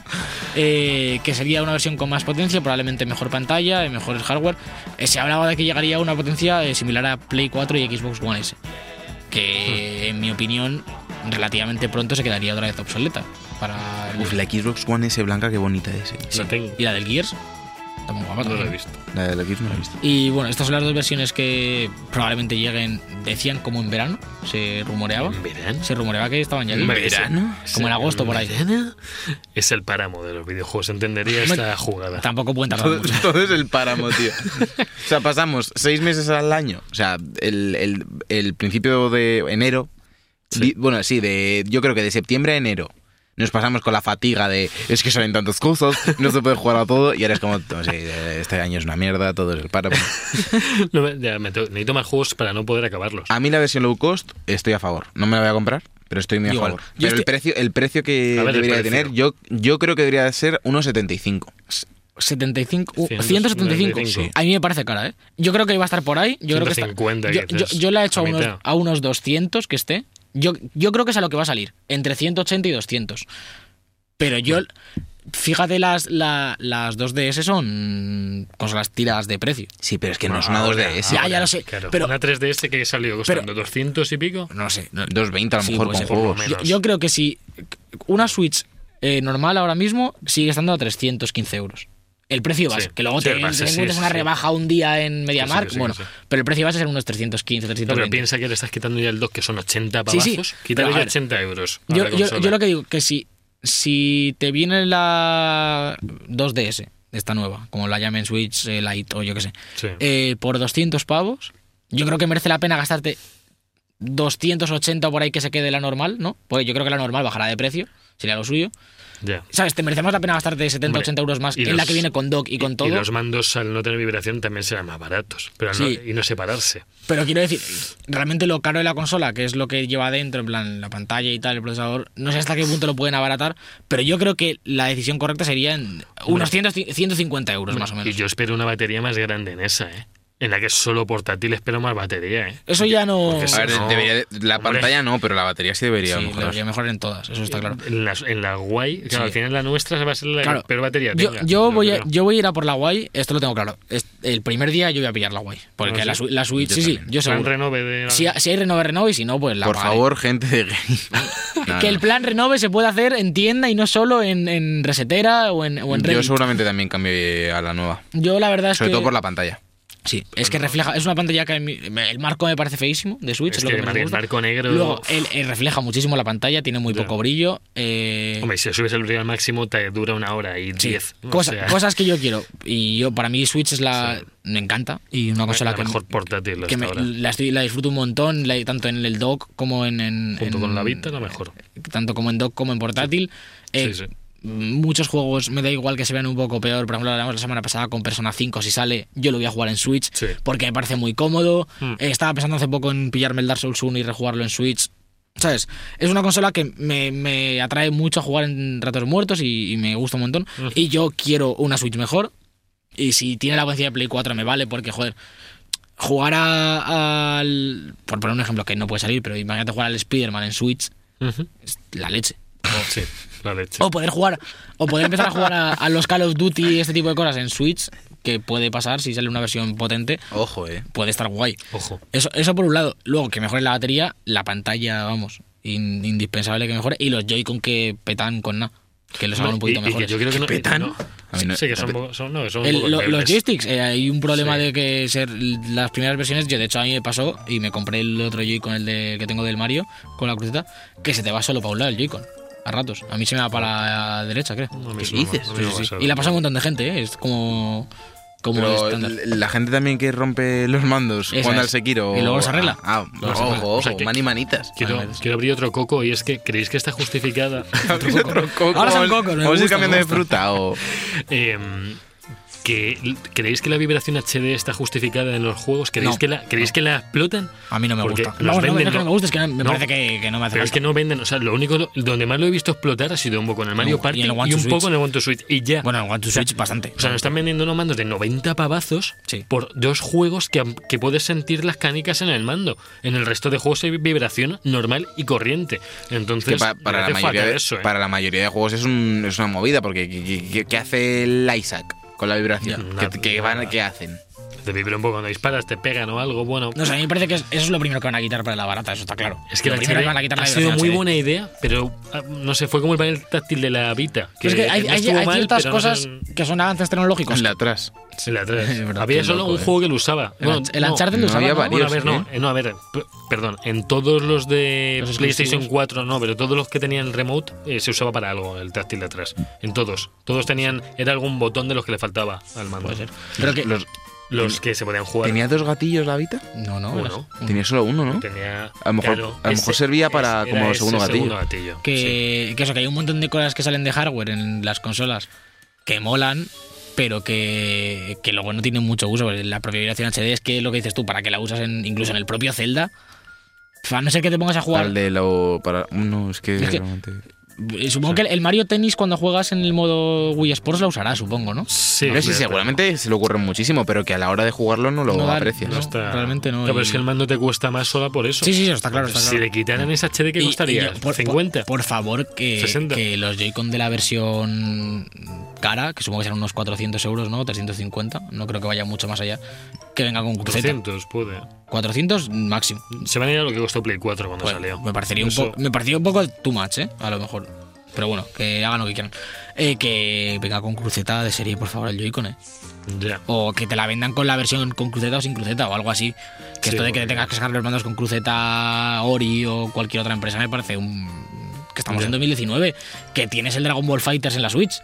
Eh, que sería una versión con más potencia, probablemente mejor pantalla, eh, mejores hardware. Eh, se hablaba de que llegaría a una potencia eh, similar a Play 4 y Xbox One S. Hmm. Que, en mi opinión, relativamente pronto se quedaría otra vez obsoleta. Para el- Uf, la Xbox One S blanca, qué bonita es. eh. La tengo. Y la del Gears. Está muy guapa No la he también. visto. La de la Xbox no la he visto. Y bueno, estas son las dos versiones que probablemente lleguen, decían, como en verano. Se rumoreaba. ¿En verano? Se rumoreaba que estaban ya aquí. Hombre, ese- verano? ese- Como en agosto, por ahí. verano Es el páramo de los videojuegos, entendería Hombre, esta jugada. Tampoco pueden tardar Todo, mucho. todo es el páramo, tío. O sea, pasamos seis meses al año. O sea, el, el- el principio de enero. di- bueno, sí, de, yo creo que de septiembre a enero. Nos pasamos con la fatiga de es que salen tantas cosas, no se puede jugar a todo. Y ahora es como, no sé, este año es una mierda, todo es el páramo. No me- ya, me to- necesito más juegos para no poder acabarlos. Ah, A mí la versión low cost estoy a favor. No me la voy a comprar, pero estoy muy a Igual. favor. Yo Pero estoy- el precio, el precio que A ver, el debería de precio. tener, yo, yo creo que debería de ser 1,75. 75, uh, 175. 175. Sí. A mí me parece cara, ¿eh? Yo creo que iba a estar por ahí. Yo creo que está- 150 yo, dices, yo- yo la he hecho a a unos, mitad. a unos 200 que esté. Yo, yo creo que es a lo que va a salir. Entre 180 y 200. Pero yo. Fíjate, las, la- las 2DS son consolas tiras de precio. ah, Sí, pero es que no, es una Ahora, 2DS. Ya, ya lo sé, Ah, claro. pero- una 3DS que salió costando 200 y pico. No sé, 2,20 a lo Sí, mejor puede con ser. juegos. Por lo Yo, menos. yo creo que si una Switch eh, normal ahora mismo sigue estando a 315 euros. El precio base, Sí, que luego sí, te, el base, te sí, encuentres sí, una sí. rebaja un día en MediaMarkt, sí, sí, bueno, sí. pero el precio base será unos 315, No, 320. pero piensa que le estás quitando ya el 2, que son 80 Sí, sí, pavazos. pero Quítale a ya ver, 80 euros. a yo, la yo- consola. yo lo que digo, que si, si te viene la 2DS, esta nueva, como la llamen Switch, eh, Lite o yo qué sé, Sí. eh, por 200 pavos, yo creo que merece la pena gastarte 280 por ahí que se quede la normal, ¿no? Porque yo creo que la normal bajará de precio, sería lo suyo. Ya. ¿Sabes? Te merece más la pena gastarte 70, Hombre, 80 euros más y en la los- que viene con dock y con todo. Y los mandos al no tener vibración también serán más baratos. Pero al Sí. no, y no separarse. Pero quiero decir, realmente lo caro de la consola, que es lo que lleva dentro, en plan la pantalla y tal, el procesador, no sé hasta qué punto lo pueden abaratar, pero yo creo que la decisión correcta sería en unos 100, 150 euros más o Y menos. yo espero una batería más grande en esa, ¿eh? En la que es solo portátil espero más batería, ¿eh? Eso ya no... Porque A ver, No, debería de- la hombre. pantalla no, pero la batería sí debería. a lo Sí, mejor. debería mejorar en todas, eso Eh, está claro. En la, en la guay, claro, Sí. al final la nuestra va a ser la que Claro, peor batería. Yo, tenga, yo, voy a, creo. yo voy a ir a por la guay, esto lo tengo claro. Es- El primer día yo voy a pillar la guay, porque Ah, la, ¿sí? Swi- la Switch, Yo sí, sí, también. yo Plan seguro. renove de la- Si, ha- si hay renove, renove, y si no, pues la Por pagaré. favor, gente de Game. No, que el no. plan renove se puede hacer en tienda y no solo en, en resetera o en, o en Yo Reddit. seguramente también cambio a la nueva. Yo la verdad es Sobre que todo por la pantalla. sí, es que refleja, es una pantalla que a mí- me- el marco me parece feísimo de Switch, Es es, lo que, que menos mar- me el gusta. marco negro- Luego él, él refleja muchísimo la pantalla, tiene muy Ya. poco brillo. eh, Hombre, si subes el brillo al máximo te dura una hora y sí, diez. O cosa- sea, cosas que yo quiero y yo para mí Switch es la Sí. me encanta y una la consola que mejor portátil que hasta me- ahora. la, estoy- la disfruto un montón, la- tanto en el dock como en, en- Junto en- con la Vita, la mejor. tanto como en dock como en portátil. Eh, Sí, sí. Muchos juegos me da igual que se vean un poco peor. Por ejemplo, hablamos la semana pasada con Persona 5. Si sale, yo lo voy a jugar en Switch Sí. porque me parece muy cómodo. Mm. Eh, estaba pensando hace poco en pillarme el Dark Souls 1 y rejugarlo en Switch. ¿Sabes? Es una consola que me, me atrae mucho a jugar en ratos muertos y, y me gusta un montón. Y yo quiero una Switch mejor. Y si tiene la potencia de Play 4 me vale porque, joder, jugar a- al... Por poner un ejemplo que no puede salir, pero imagínate jugar al Spider-Man en Switch, Ujú. es la leche. Sí, la leche. O poder jugar, o poder empezar a jugar a, a los Call of Duty y este tipo de cosas en Switch, que puede pasar si sale una versión potente, Ojo, eh. puede estar guay. Ojo. Eso, eso por un lado. Luego, que mejore la batería, la pantalla, vamos, in- indispensable que mejore. Y los Joy-Con que petan con nada, que los hagan un Hombre, poquito y- y que mejores. yo creo que no, petan? no. A mí no- Sí, que son, poco- son, no, que son un El- poco lo- los endebles. joysticks, eh, hay un problema Sí. de que ser las primeras versiones, yo de hecho a mí me pasó y me compré el otro Joy-Con, el de, que tengo del Mario, con la cruceta, que se te va solo para un lado el Joy-Con, a ratos. A mí se me va para la derecha, creo. No, a mí ¿Qué eso no me- dices? a mí no Sí, me sí, ha sí. pasado. Y la pasa un montón de gente, ¿eh? es como, como Pero estándar. l- la gente también que rompe los mandos Esa cuando es. al Sekiro. Y luego los arregla. Ah, ah, Los arregla. ojo, O sea, ojo, que- mani manitas. Quiero, Además. quiero abrir otro coco y es que creéis que está justificada Otro coco. Ahora son Vamos- cocos, me Vamos a ir gusta, cambiando me de gusta. fruta o. Eh, que creéis que la vibración HD está justificada en los juegos creéis No. que la creéis que la explotan A mí no me Porque gusta. los Vamos, no, venden, no es que ¿no? no me gusta, es que no- me No. parece que, que no me hace pero es falta. que no venden o sea lo único donde más lo he visto explotar ha sido un poco en el Mario No, Party y y, en el One to un Switch. poco en el One to Switch y ya Bueno, en One to Switch bastante. o sea, nos están vendiendo unos mandos de 90 pavazos Sí. por dos juegos que, que puedes sentir las canicas en el mando. En el resto de juegos hay vibración normal y corriente. Entonces, que pa- para, la hace mayoría falta de, eso, ¿eh? para la mayoría de juegos es, un- es una movida, porque ¿qué, qué- qué hace el Isaac con la vibración? Ya. ¿Qué, Nada, qué van- nada. qué hacen? Te vibra un poco cuando disparas, te pegan o algo. Bueno, No sé, a mí me parece que es- eso es lo primero que van a quitar para la barata, eso está claro. Es que Lo la primero HD que van a quitar ha la sido versión muy HD. buena idea, pero ah, no sé, fue como el panel táctil de la Vita. Que Pero es que hay, no hay- estuvo hay mal, ciertas pero no cosas son- que son avances tecnológicos. Con la atrás. se la traes. Es verdad, Había qué solo loco, un eh. juego que lo usaba. El, Bueno, Anch- el no, Uncharted no lo usaba, había ¿no? varios. Bueno, a ver, no, ¿eh? eh, no, a ver, p- perdón, en todos los de Los PlayStation exclusivos. 4, no, pero todos los que tenían remote eh, se usaba para algo el táctil de atrás. En todos. Todos tenían, era algún botón de los que le faltaba al mando. Puede ser. Pero que, Los- los que se podían jugar. ¿Tenía dos gatillos la Vita? No, no. Uno. las- un- Tenía solo uno, ¿no? Tenía- A lo mejor- claro, a lo mejor servía para ese- como era segundo ese gatillo. gatillo, sí. Que, que eso, que hay un montón de cosas que salen de hardware en las consolas que molan, pero que, que luego no tienen mucho uso. La propia vibración HD es que lo que dices tú, para que la usas en- incluso en el propio Zelda, a no ser que te pongas a jugar. Al de lo. Para... No, es que, Es que- realmente. Eh, Supongo que el- el Mario Tennis cuando juegas en el modo Wii Sports la usarás, supongo, ¿no? Sí, Hombre, sí, pero- seguramente se le ocurre muchísimo, pero que a la hora de jugarlo no lo No da- aprecias. no. realmente no, Claro, pero y- es que el mando te cuesta más sola por eso. Sí, sí, sí, está claro, está Si claro. le quitaran ese HD, ¿qué Y- y costaría? yo, por, por- 50. Por, favor, que, 60. que los Joy-Con de la versión cara, que supongo que serán unos 400 euros, ¿no? 350, no creo que vaya mucho más allá, que venga con QZ. 400, puede. 400 máximo. Se van a ir a lo que costó Play 4 cuando Bueno, Pues salió. Pues, me, parecería un Eso- poco- me pareció un poco too much, ¿eh? A lo mejor. Pero bueno, que hagan lo que quieran. Eh, que venga con cruceta de serie, por favor, el Joy-Con, ¿eh? Ya. O que te la vendan con la versión con cruceta o sin cruceta o algo así. Sí, Que esto de porque- que te tengas que sacar los mandos con cruceta Ori o cualquier otra empresa me parece un... que estamos Ya. en 2019. Que tienes el Dragon Ball Fighters en la Switch.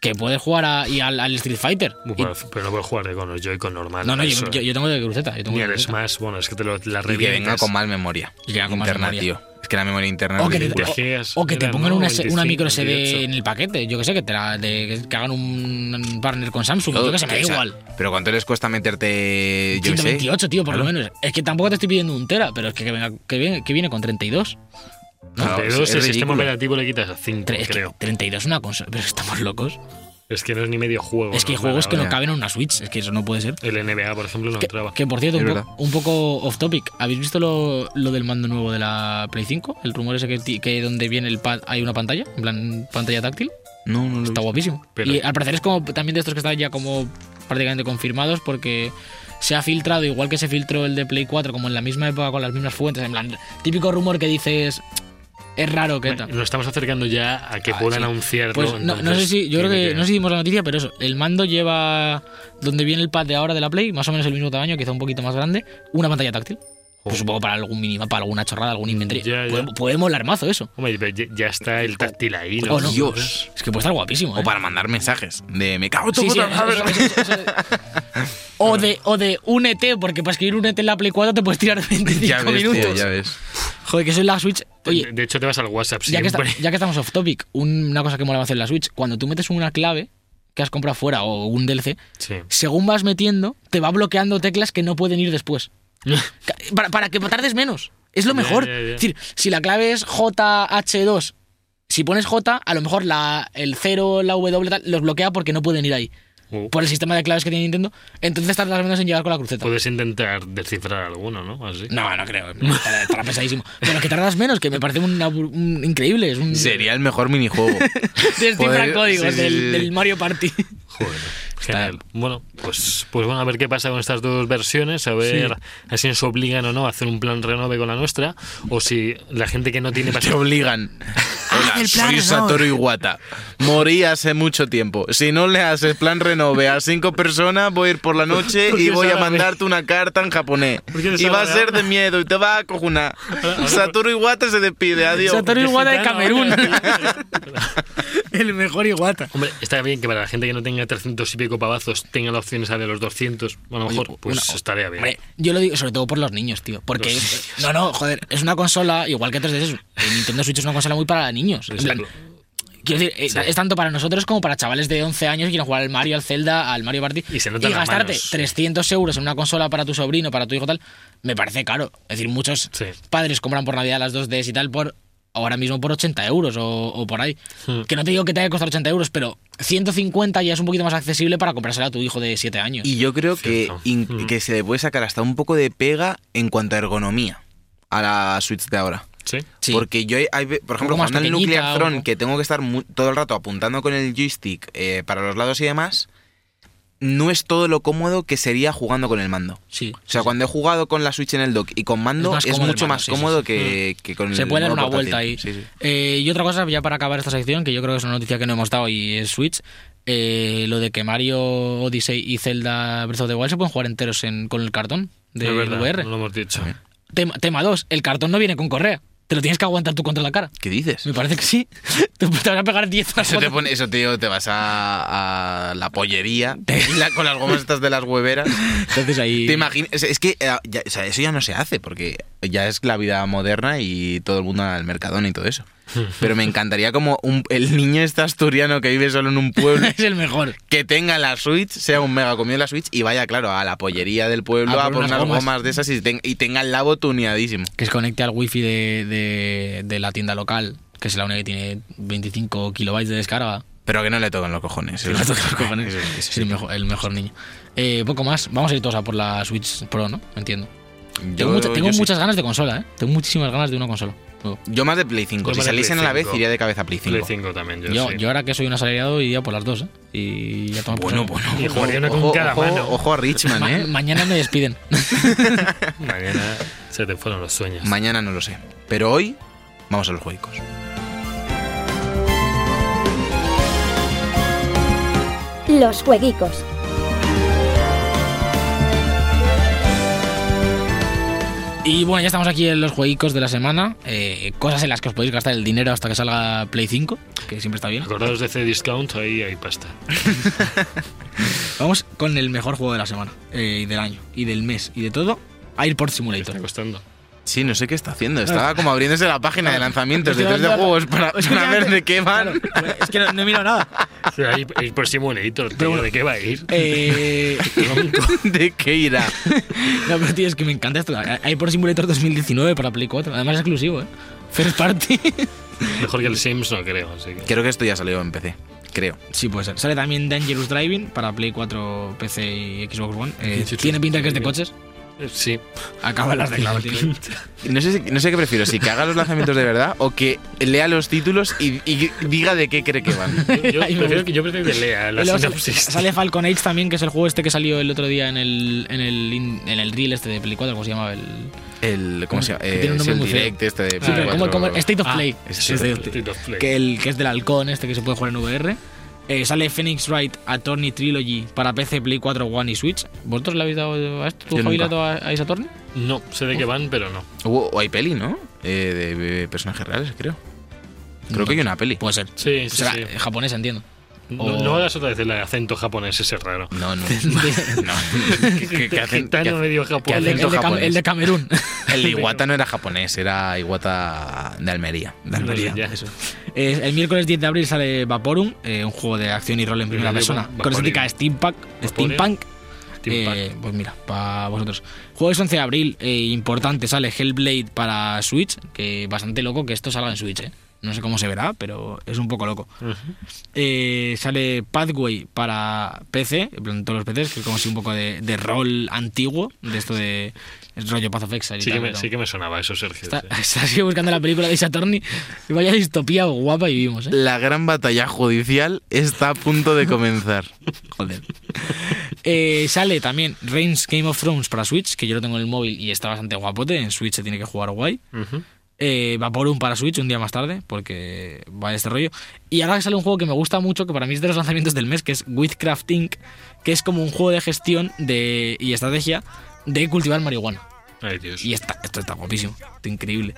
Que puedes jugar a- y al, al Street Fighter. Bueno, Y- Pero, no puedes jugar eh, con los Joy-Con normal. no, no, eso, eh. yo, yo- yo tengo de cruceta. Yo tengo Ni de al cruceta. Smash, bueno, es que te lo, la Y que venga revientas. con mal memoria. Y que venga con más interna, memoria. tío. Es que la memoria interna. O es que, te, oh, ridícula. o- gigas, o que te eran, pongan ¿no? una, se- una 25, micro SD 28. en el paquete, yo que sé, que, te la- de- que hagan un partner con Samsung, yo que se me da O sea, igual. Pero ¿cuánto les cuesta meterte. Yo qué sé? 128, tío, por lo Claro. menos. Es que tampoco te estoy pidiendo un tera, pero es que, que venga- que viene, que viene con 32. Claro, Pero es- si el es este sistema ridículo. operativo le quitas a 5, Tre- es que creo. 32 es una consola, pero estamos locos. Es que no es ni medio juego. es que hay normal juegos que ahora. no caben en una Switch, es que eso no puede ser. El NBA, por ejemplo, no Que, entraba. que, por cierto, Es un, po- verdad. un poco off topic. ¿Habéis visto lo, lo del mando nuevo de la Play 5? El rumor ese que, ti- que donde viene el pad hay una pantalla, en plan pantalla táctil. No, no lo he Está visto. guapísimo. Pero- y al parecer es como también de estos que están ya como prácticamente confirmados porque se ha filtrado, igual que se filtró el de Play 4, como en la misma época con las mismas fuentes. En plan, típico rumor que dices, es raro que tal. Nos estamos acercando ya a que Ah, puedan sí. anunciarlo. Pues no, no sé entonces si, yo creo tiene que, no sé si dimos la noticia, pero eso, el mando lleva donde viene el pad de ahora de la Play, más o menos el mismo tamaño, quizá un poquito más grande, una pantalla táctil. Pues supongo para algún minimapa, para alguna chorrada, algún inventario. Ya, ya. Puede, puede molar mazo eso. Hombre, pero ya, ya está el táctil ahí, ¿no? O no. Dios. Es que puede estar guapísimo. ¿eh? O para mandar mensajes. De me cago en tu Sí, sí, puta madre". eso- eso- eso- eso- o, de, o de únete, porque para escribir únete en la Play 4 te puedes tirar 25 Ya ves, tío, minutos. ya ves. Joder, que eso en la Switch. De- Oye, de hecho, te vas al WhatsApp ya que, siempre. esta- ya que estamos off topic, un- una cosa que mola hacer en la Switch, cuando tú metes una clave que has comprado fuera o un DLC, Sí. según vas metiendo, te va bloqueando teclas que no pueden ir después. Ca- Para, para que tardes menos. Es lo Ya, mejor. ya, ya. Es decir, si la clave es JH2, si pones J, a lo mejor la, el 0, la W, tal, los bloquea porque no pueden ir ahí. Oh. Uh, por el sistema de claves que tiene Nintendo, entonces tardas menos en llegar con la cruceta. Pues- Puedes intentar descifrar alguno, ¿no? Así. No, no creo. Estará estará pesadísimo. Pero que tardas menos, que me parece un, abu- un- increíble. Es un Sería el mejor minijuego. descifra Joder, códigos sí, sí, del, sí. del Mario Party. Joder. Genial. Bueno, pues, pues bueno, a ver qué pasa con estas dos versiones, a ver si nos obligan o no a hacer un plan renove con la nuestra, o si la gente que no tiene Te para obligan. Hola, del Ah, plan soy renove. Satoru Iwata. Morí hace mucho tiempo. Si no le haces plan renove a cinco personas, voy a ir por la noche ¿Por qué y voy a sabe? mandarte una carta en japonés. ¿Por qué no Y va a sabe ser nada? de miedo y te va a cojonar. Satoru Iwata se despide. Adiós. Satoru Iwata de Camerún. el mejor Iwata. Hombre, está bien que para la gente que no tenga 300 y pico pavazos tenga la opción esa de los 200, a lo mejor pues estaría bien. Hombre, yo lo digo sobre todo por los niños, tío. Porque, no, no, joder, es una consola, igual que 3DS, el Nintendo Switch es una consola muy para niños. En plan, Quiero decir, eh, es tanto para nosotros como para chavales de 11 años que quieren jugar al Mario, al Zelda, al Mario Party. Y se notan las gastarte manos. 300 euros en una consola para tu sobrino, para tu hijo, tal, me parece caro. Es decir, muchos Sí. padres compran por Navidad las 2DS y tal por ahora mismo por 80 euros o, o por ahí. Hmm. Que no te digo que te haya costado 80 euros, pero 150 ya es un poquito más accesible para comprársela a tu hijo de 7 años. Y yo creo que, Cierto. in- Mm. que se le puede sacar hasta un poco de pega en cuanto a ergonomía a la Switch de ahora. Sí. Sí. Porque yo, hay- hay ve- por ejemplo, poco más jugando al pequeñita, Nuclear Throne, un- que tengo que estar mu- todo el rato apuntando con el joystick eh, para los lados y demás, no es todo lo cómodo que sería jugando con el mando. Sí. O sea, cuando he jugado con la Switch en el dock y con mando, Es es, más cómodo el mucho mando, más sí, sí, Mm. cómodo Que, que con el Se puede dar modo una portátil. vuelta ahí. Sí, sí. Eh, y otra cosa, ya para acabar esta sección, que yo creo que es una noticia que no hemos dado y es Switch, eh, lo de que Mario Odyssey y Zelda Breath of the Wild se pueden jugar enteros en- con el cartón de Es verdad, VR. No lo hemos dicho. Tema- Tema 2, el cartón no viene con correa. te lo tienes que aguantar tú contra la cara. ¿Qué dices? Me parece que sí. Te te vas a pegar 10 horas. Eso te, pone, eso te, digo, te vas a, a la pollería la- con las gomas estas de las hueveras. Entonces ahí. Te imaginas, es, es que eh, ya- o sea, eso ya no se hace porque ya es la vida moderna y todo el mundo al mercadón y todo eso. Pero me encantaría como un- el niño este asturiano que vive solo en un pueblo es el mejor. que tenga la Switch, sea un mega comido la Switch y vaya, claro, a la pollería del pueblo A a, por por unas unas gomas. gomas, de esas y, ten- y tenga el labo tuneadísimo. Que se conecte al wifi de, de, de la tienda local, que es la única que tiene 25 kilobytes de descarga. Pero que no le toquen los cojones. Que no toca los cojones. Eso es- Es el mejor, el mejor niño. Eh, poco más. Vamos a ir todos a por la Switch Pro, ¿no? Entiendo. Tengo, Yo- mucha- tengo yo sí. muchas ganas de consola, ¿eh? Tengo muchísimas ganas de una consola. Yo, Yo más de Play 5. Yo Si más de saliesen a Play la vez, 5. iría de cabeza a Play 5. Play 5 también, yo, yo, sí. yo ahora que soy un asalariado iría por las dos, ¿eh? Y ya tomo Bueno, por bueno. Y jugaría una con cada ojo, mano. ojo a Richman, Ma- ¿eh? Mañana me despiden. Mañana se te fueron los sueños. Mañana no lo sé. Pero hoy vamos a los juegos. Los jueguicos. Y bueno, ya estamos aquí en los jueguicos de la semana. eh, cosas en las que os podéis gastar el dinero hasta que salga Play 5, que siempre está bien. Acordaos de C-Discount, ahí hay pasta. Vamos con el mejor juego de la semana, eh, y del año, y del mes, y de todo. Airport Me está Simulator. costando. Sí, no sé qué está haciendo. Estaba como abriéndose la página de lanzamientos de Estoy 3 de hablando- juegos para, Es que para ya- ver de qué van. Es que no, no he mirado nada. Sí, ahí, el próximo editor, tío, ¿de qué va a ir? Eh, ¿De qué irá? no, pero tío, es que me encanta esto. Airport Simulator 2019 para Play 4. Además es exclusivo, ¿eh? First party. Mejor que el Sims, no creo. Así que... Creo que esto ya salió en PC. Creo. Sí, puede ser. Sale también Dangerous Driving para Play 4, PC y Xbox One. Eh, Sí, sí, tiene sí. pinta que es de coches. Eh, Sí. Acaba las reglas. tío. No sé, si- no sé qué prefiero, si que haga los lanzamientos de verdad o que lea los títulos y, y diga de qué cree que van. Yo, yo Ahí me prefiero gusta. que, yo prefiero que lea la Y luego sale- sinopsis. Sale Falcon Age también, que es el juego este que salió el otro día en el, en el, in- en el reel este de Play 4, ¿cómo se llamaba? El, El, ¿Cómo se llama? Que tiene un Es nombre el muy feo. direct este de Sí, pero Play ¿cómo- cómo- 4. State of Ah, Play. State State of of State of Play. que, el, que es del halcón este que se puede jugar en VR. Eh, sale Phoenix Wright Attorney Trilogy para PC, Play 4, One y Switch. ¿Vosotros le habéis dado a esto? ¿Tú Yo Javi, le has nunca. dado a, a ese Attorney? No, sé de qué van, pero no. Hubo- o hay peli, ¿no? Eh, de, de personajes reales, creo. Creo que hay una peli. Puede ser. Sí, sí, Será sí. eh, japonés, entiendo. No, o- no hagas otra vez el acento japonés ese raro. No, no. no. ¿Qué- qué- qué hacen- qué Gitano hacen? medio El de, hacen? japonés. acento el de Cam- japonés. el de Camerún. El de Iguata no era japonés, era Iguata de Almería. De No sé, Almería. ya. Eh, el miércoles 10 de abril sale Vaporum, eh, un juego de acción y rol en primera Primero digo, persona. Con Vaporeon. estética steampunk. Vaporeon. steampunk Steampunk. Eh, pues mira, para vosotros. Jueves 11 de abril, eh, importante, sale Hellblade para Switch, que bastante loco que esto salga en Switch, ¿eh? No sé cómo se verá, pero es un poco loco. Eh, sale Pathway para PC, en plan, todos los PCs, que es como si un poco de, de rol antiguo, de esto de es rollo Path of Exile y Sí que, tal, me, pero- sí que me sonaba eso, Sergio. Está, sí. está así buscando la película de Saturni y vaya distopía guapa y vivimos, ¿eh? La gran batalla judicial está a punto de comenzar. Joder. Eh, sale también Reigns Game of Thrones para Switch, que yo lo tengo en el móvil y está bastante guapote. En Switch se tiene que jugar guay. Ujú. Eh, Vaporum para Switch un día más tarde, porque va este rollo. Y ahora sale un juego que me gusta mucho, que para mí es de los lanzamientos del mes, que es Witchcraft Inc., que es como un juego de gestión de, y estrategia de cultivar marihuana. Ay, Dios. Y está, esto está guapísimo, está increíble.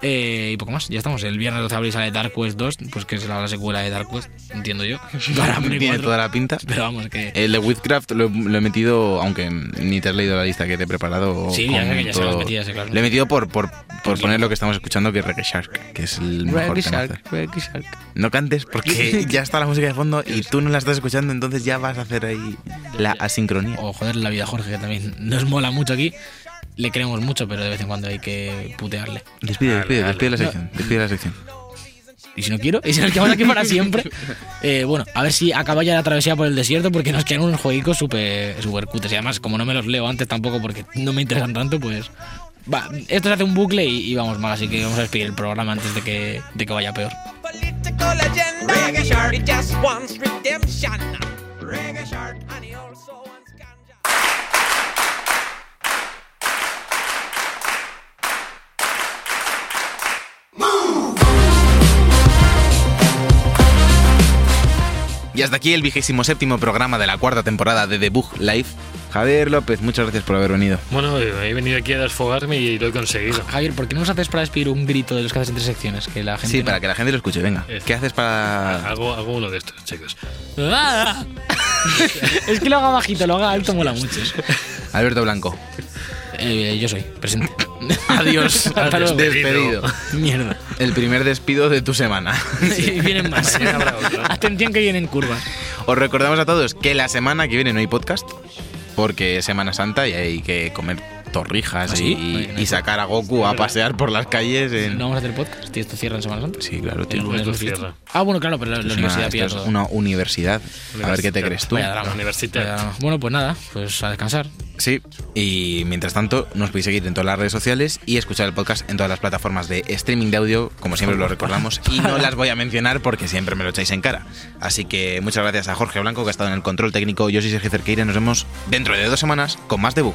Eh, y poco más, ya estamos. El viernes 12 de abril sale Dark Quest 2, pues que es la, la secuela de Dark Quest, entiendo yo. Para Play Tiene 4. toda la Eh, pinta. Pero vamos, que. El de Witchcraft lo, lo he metido, aunque ni te has leído la lista que te he preparado. Sí, ya sé que ya se lo has todo. metido, sí, claro. Lo he metido por, por, por poner lo que estamos escuchando, que es Reggae Shark, que es el mejor Reggae que Shark, Reggae Shark. No cantes porque ya está la música de fondo y tú no la estás escuchando, entonces ya vas a hacer ahí la asincronía. O joder, la vida Jorge, que también nos mola mucho aquí. Le queremos mucho, pero de vez en cuando hay que putearle. Despide, Dale, despide, dale. despide la sección. Despide la sección. Y si no quiero, y si nos quedamos aquí para siempre. Eh, bueno, a ver si acaba ya la travesía por el desierto, porque nos quedan unos jueguicos súper super cutes. Y además, como no me los leo antes tampoco, porque no me interesan tanto, pues. Va, esto se hace un bucle y, y vamos mal, así que vamos a despedir el programa antes de que, de que vaya peor. political agenda. Reggae shark, it just wants redemption. Reggae shark, and he also wants ganja. Y hasta aquí el vigésimo séptimo programa de la cuarta temporada de The Bug Life. Javier López, muchas gracias por haber venido. Bueno, he venido aquí a desfogarme y lo he conseguido. Javier, ¿por qué no nos haces para despedir un grito de los que haces entre secciones? Que la gente Sí, no- para que la gente lo escuche, venga. Eso. ¿Qué haces para...? Hago, hago uno de estos, chicos. ¡Ah! Es que lo haga bajito, lo haga alto, mola mucho. Alberto Blanco. Eh, yo soy, presente. Adiós. Hasta luego. Despedido. Mierda. El primer despido de tu semana. Y vienen más. Mañana habrá otro. Atención que vienen curvas. Os recordamos a todos que la semana que viene no hay podcast, porque es Semana Santa y hay que comer torrijas ¿Ah, sí? y- Oye, no y, hay- sacar a Goku a pasear por las calles. en- No vamos a hacer podcast. Tío, esto cierra en Semana Santa. Sí, claro, El tío. lunes esto no es fiesta. cierra. Ah, bueno, claro, pero la, la Es una, universidad esto pilla es todo. una universidad. A ver qué te Universidad. crees tú. Vaya drama. Universidad. Vaya drama. Bueno, pues nada, pues a descansar. Sí, y mientras tanto nos podéis seguir en todas las redes sociales y escuchar el podcast en todas las plataformas de streaming de audio, como siempre lo recordamos, y no las voy a mencionar porque siempre me lo echáis en cara. Así que muchas gracias a Jorge Blanco que ha estado en el control técnico, yo soy Sergio Cerqueira, y nos vemos dentro de dos semanas con más debug.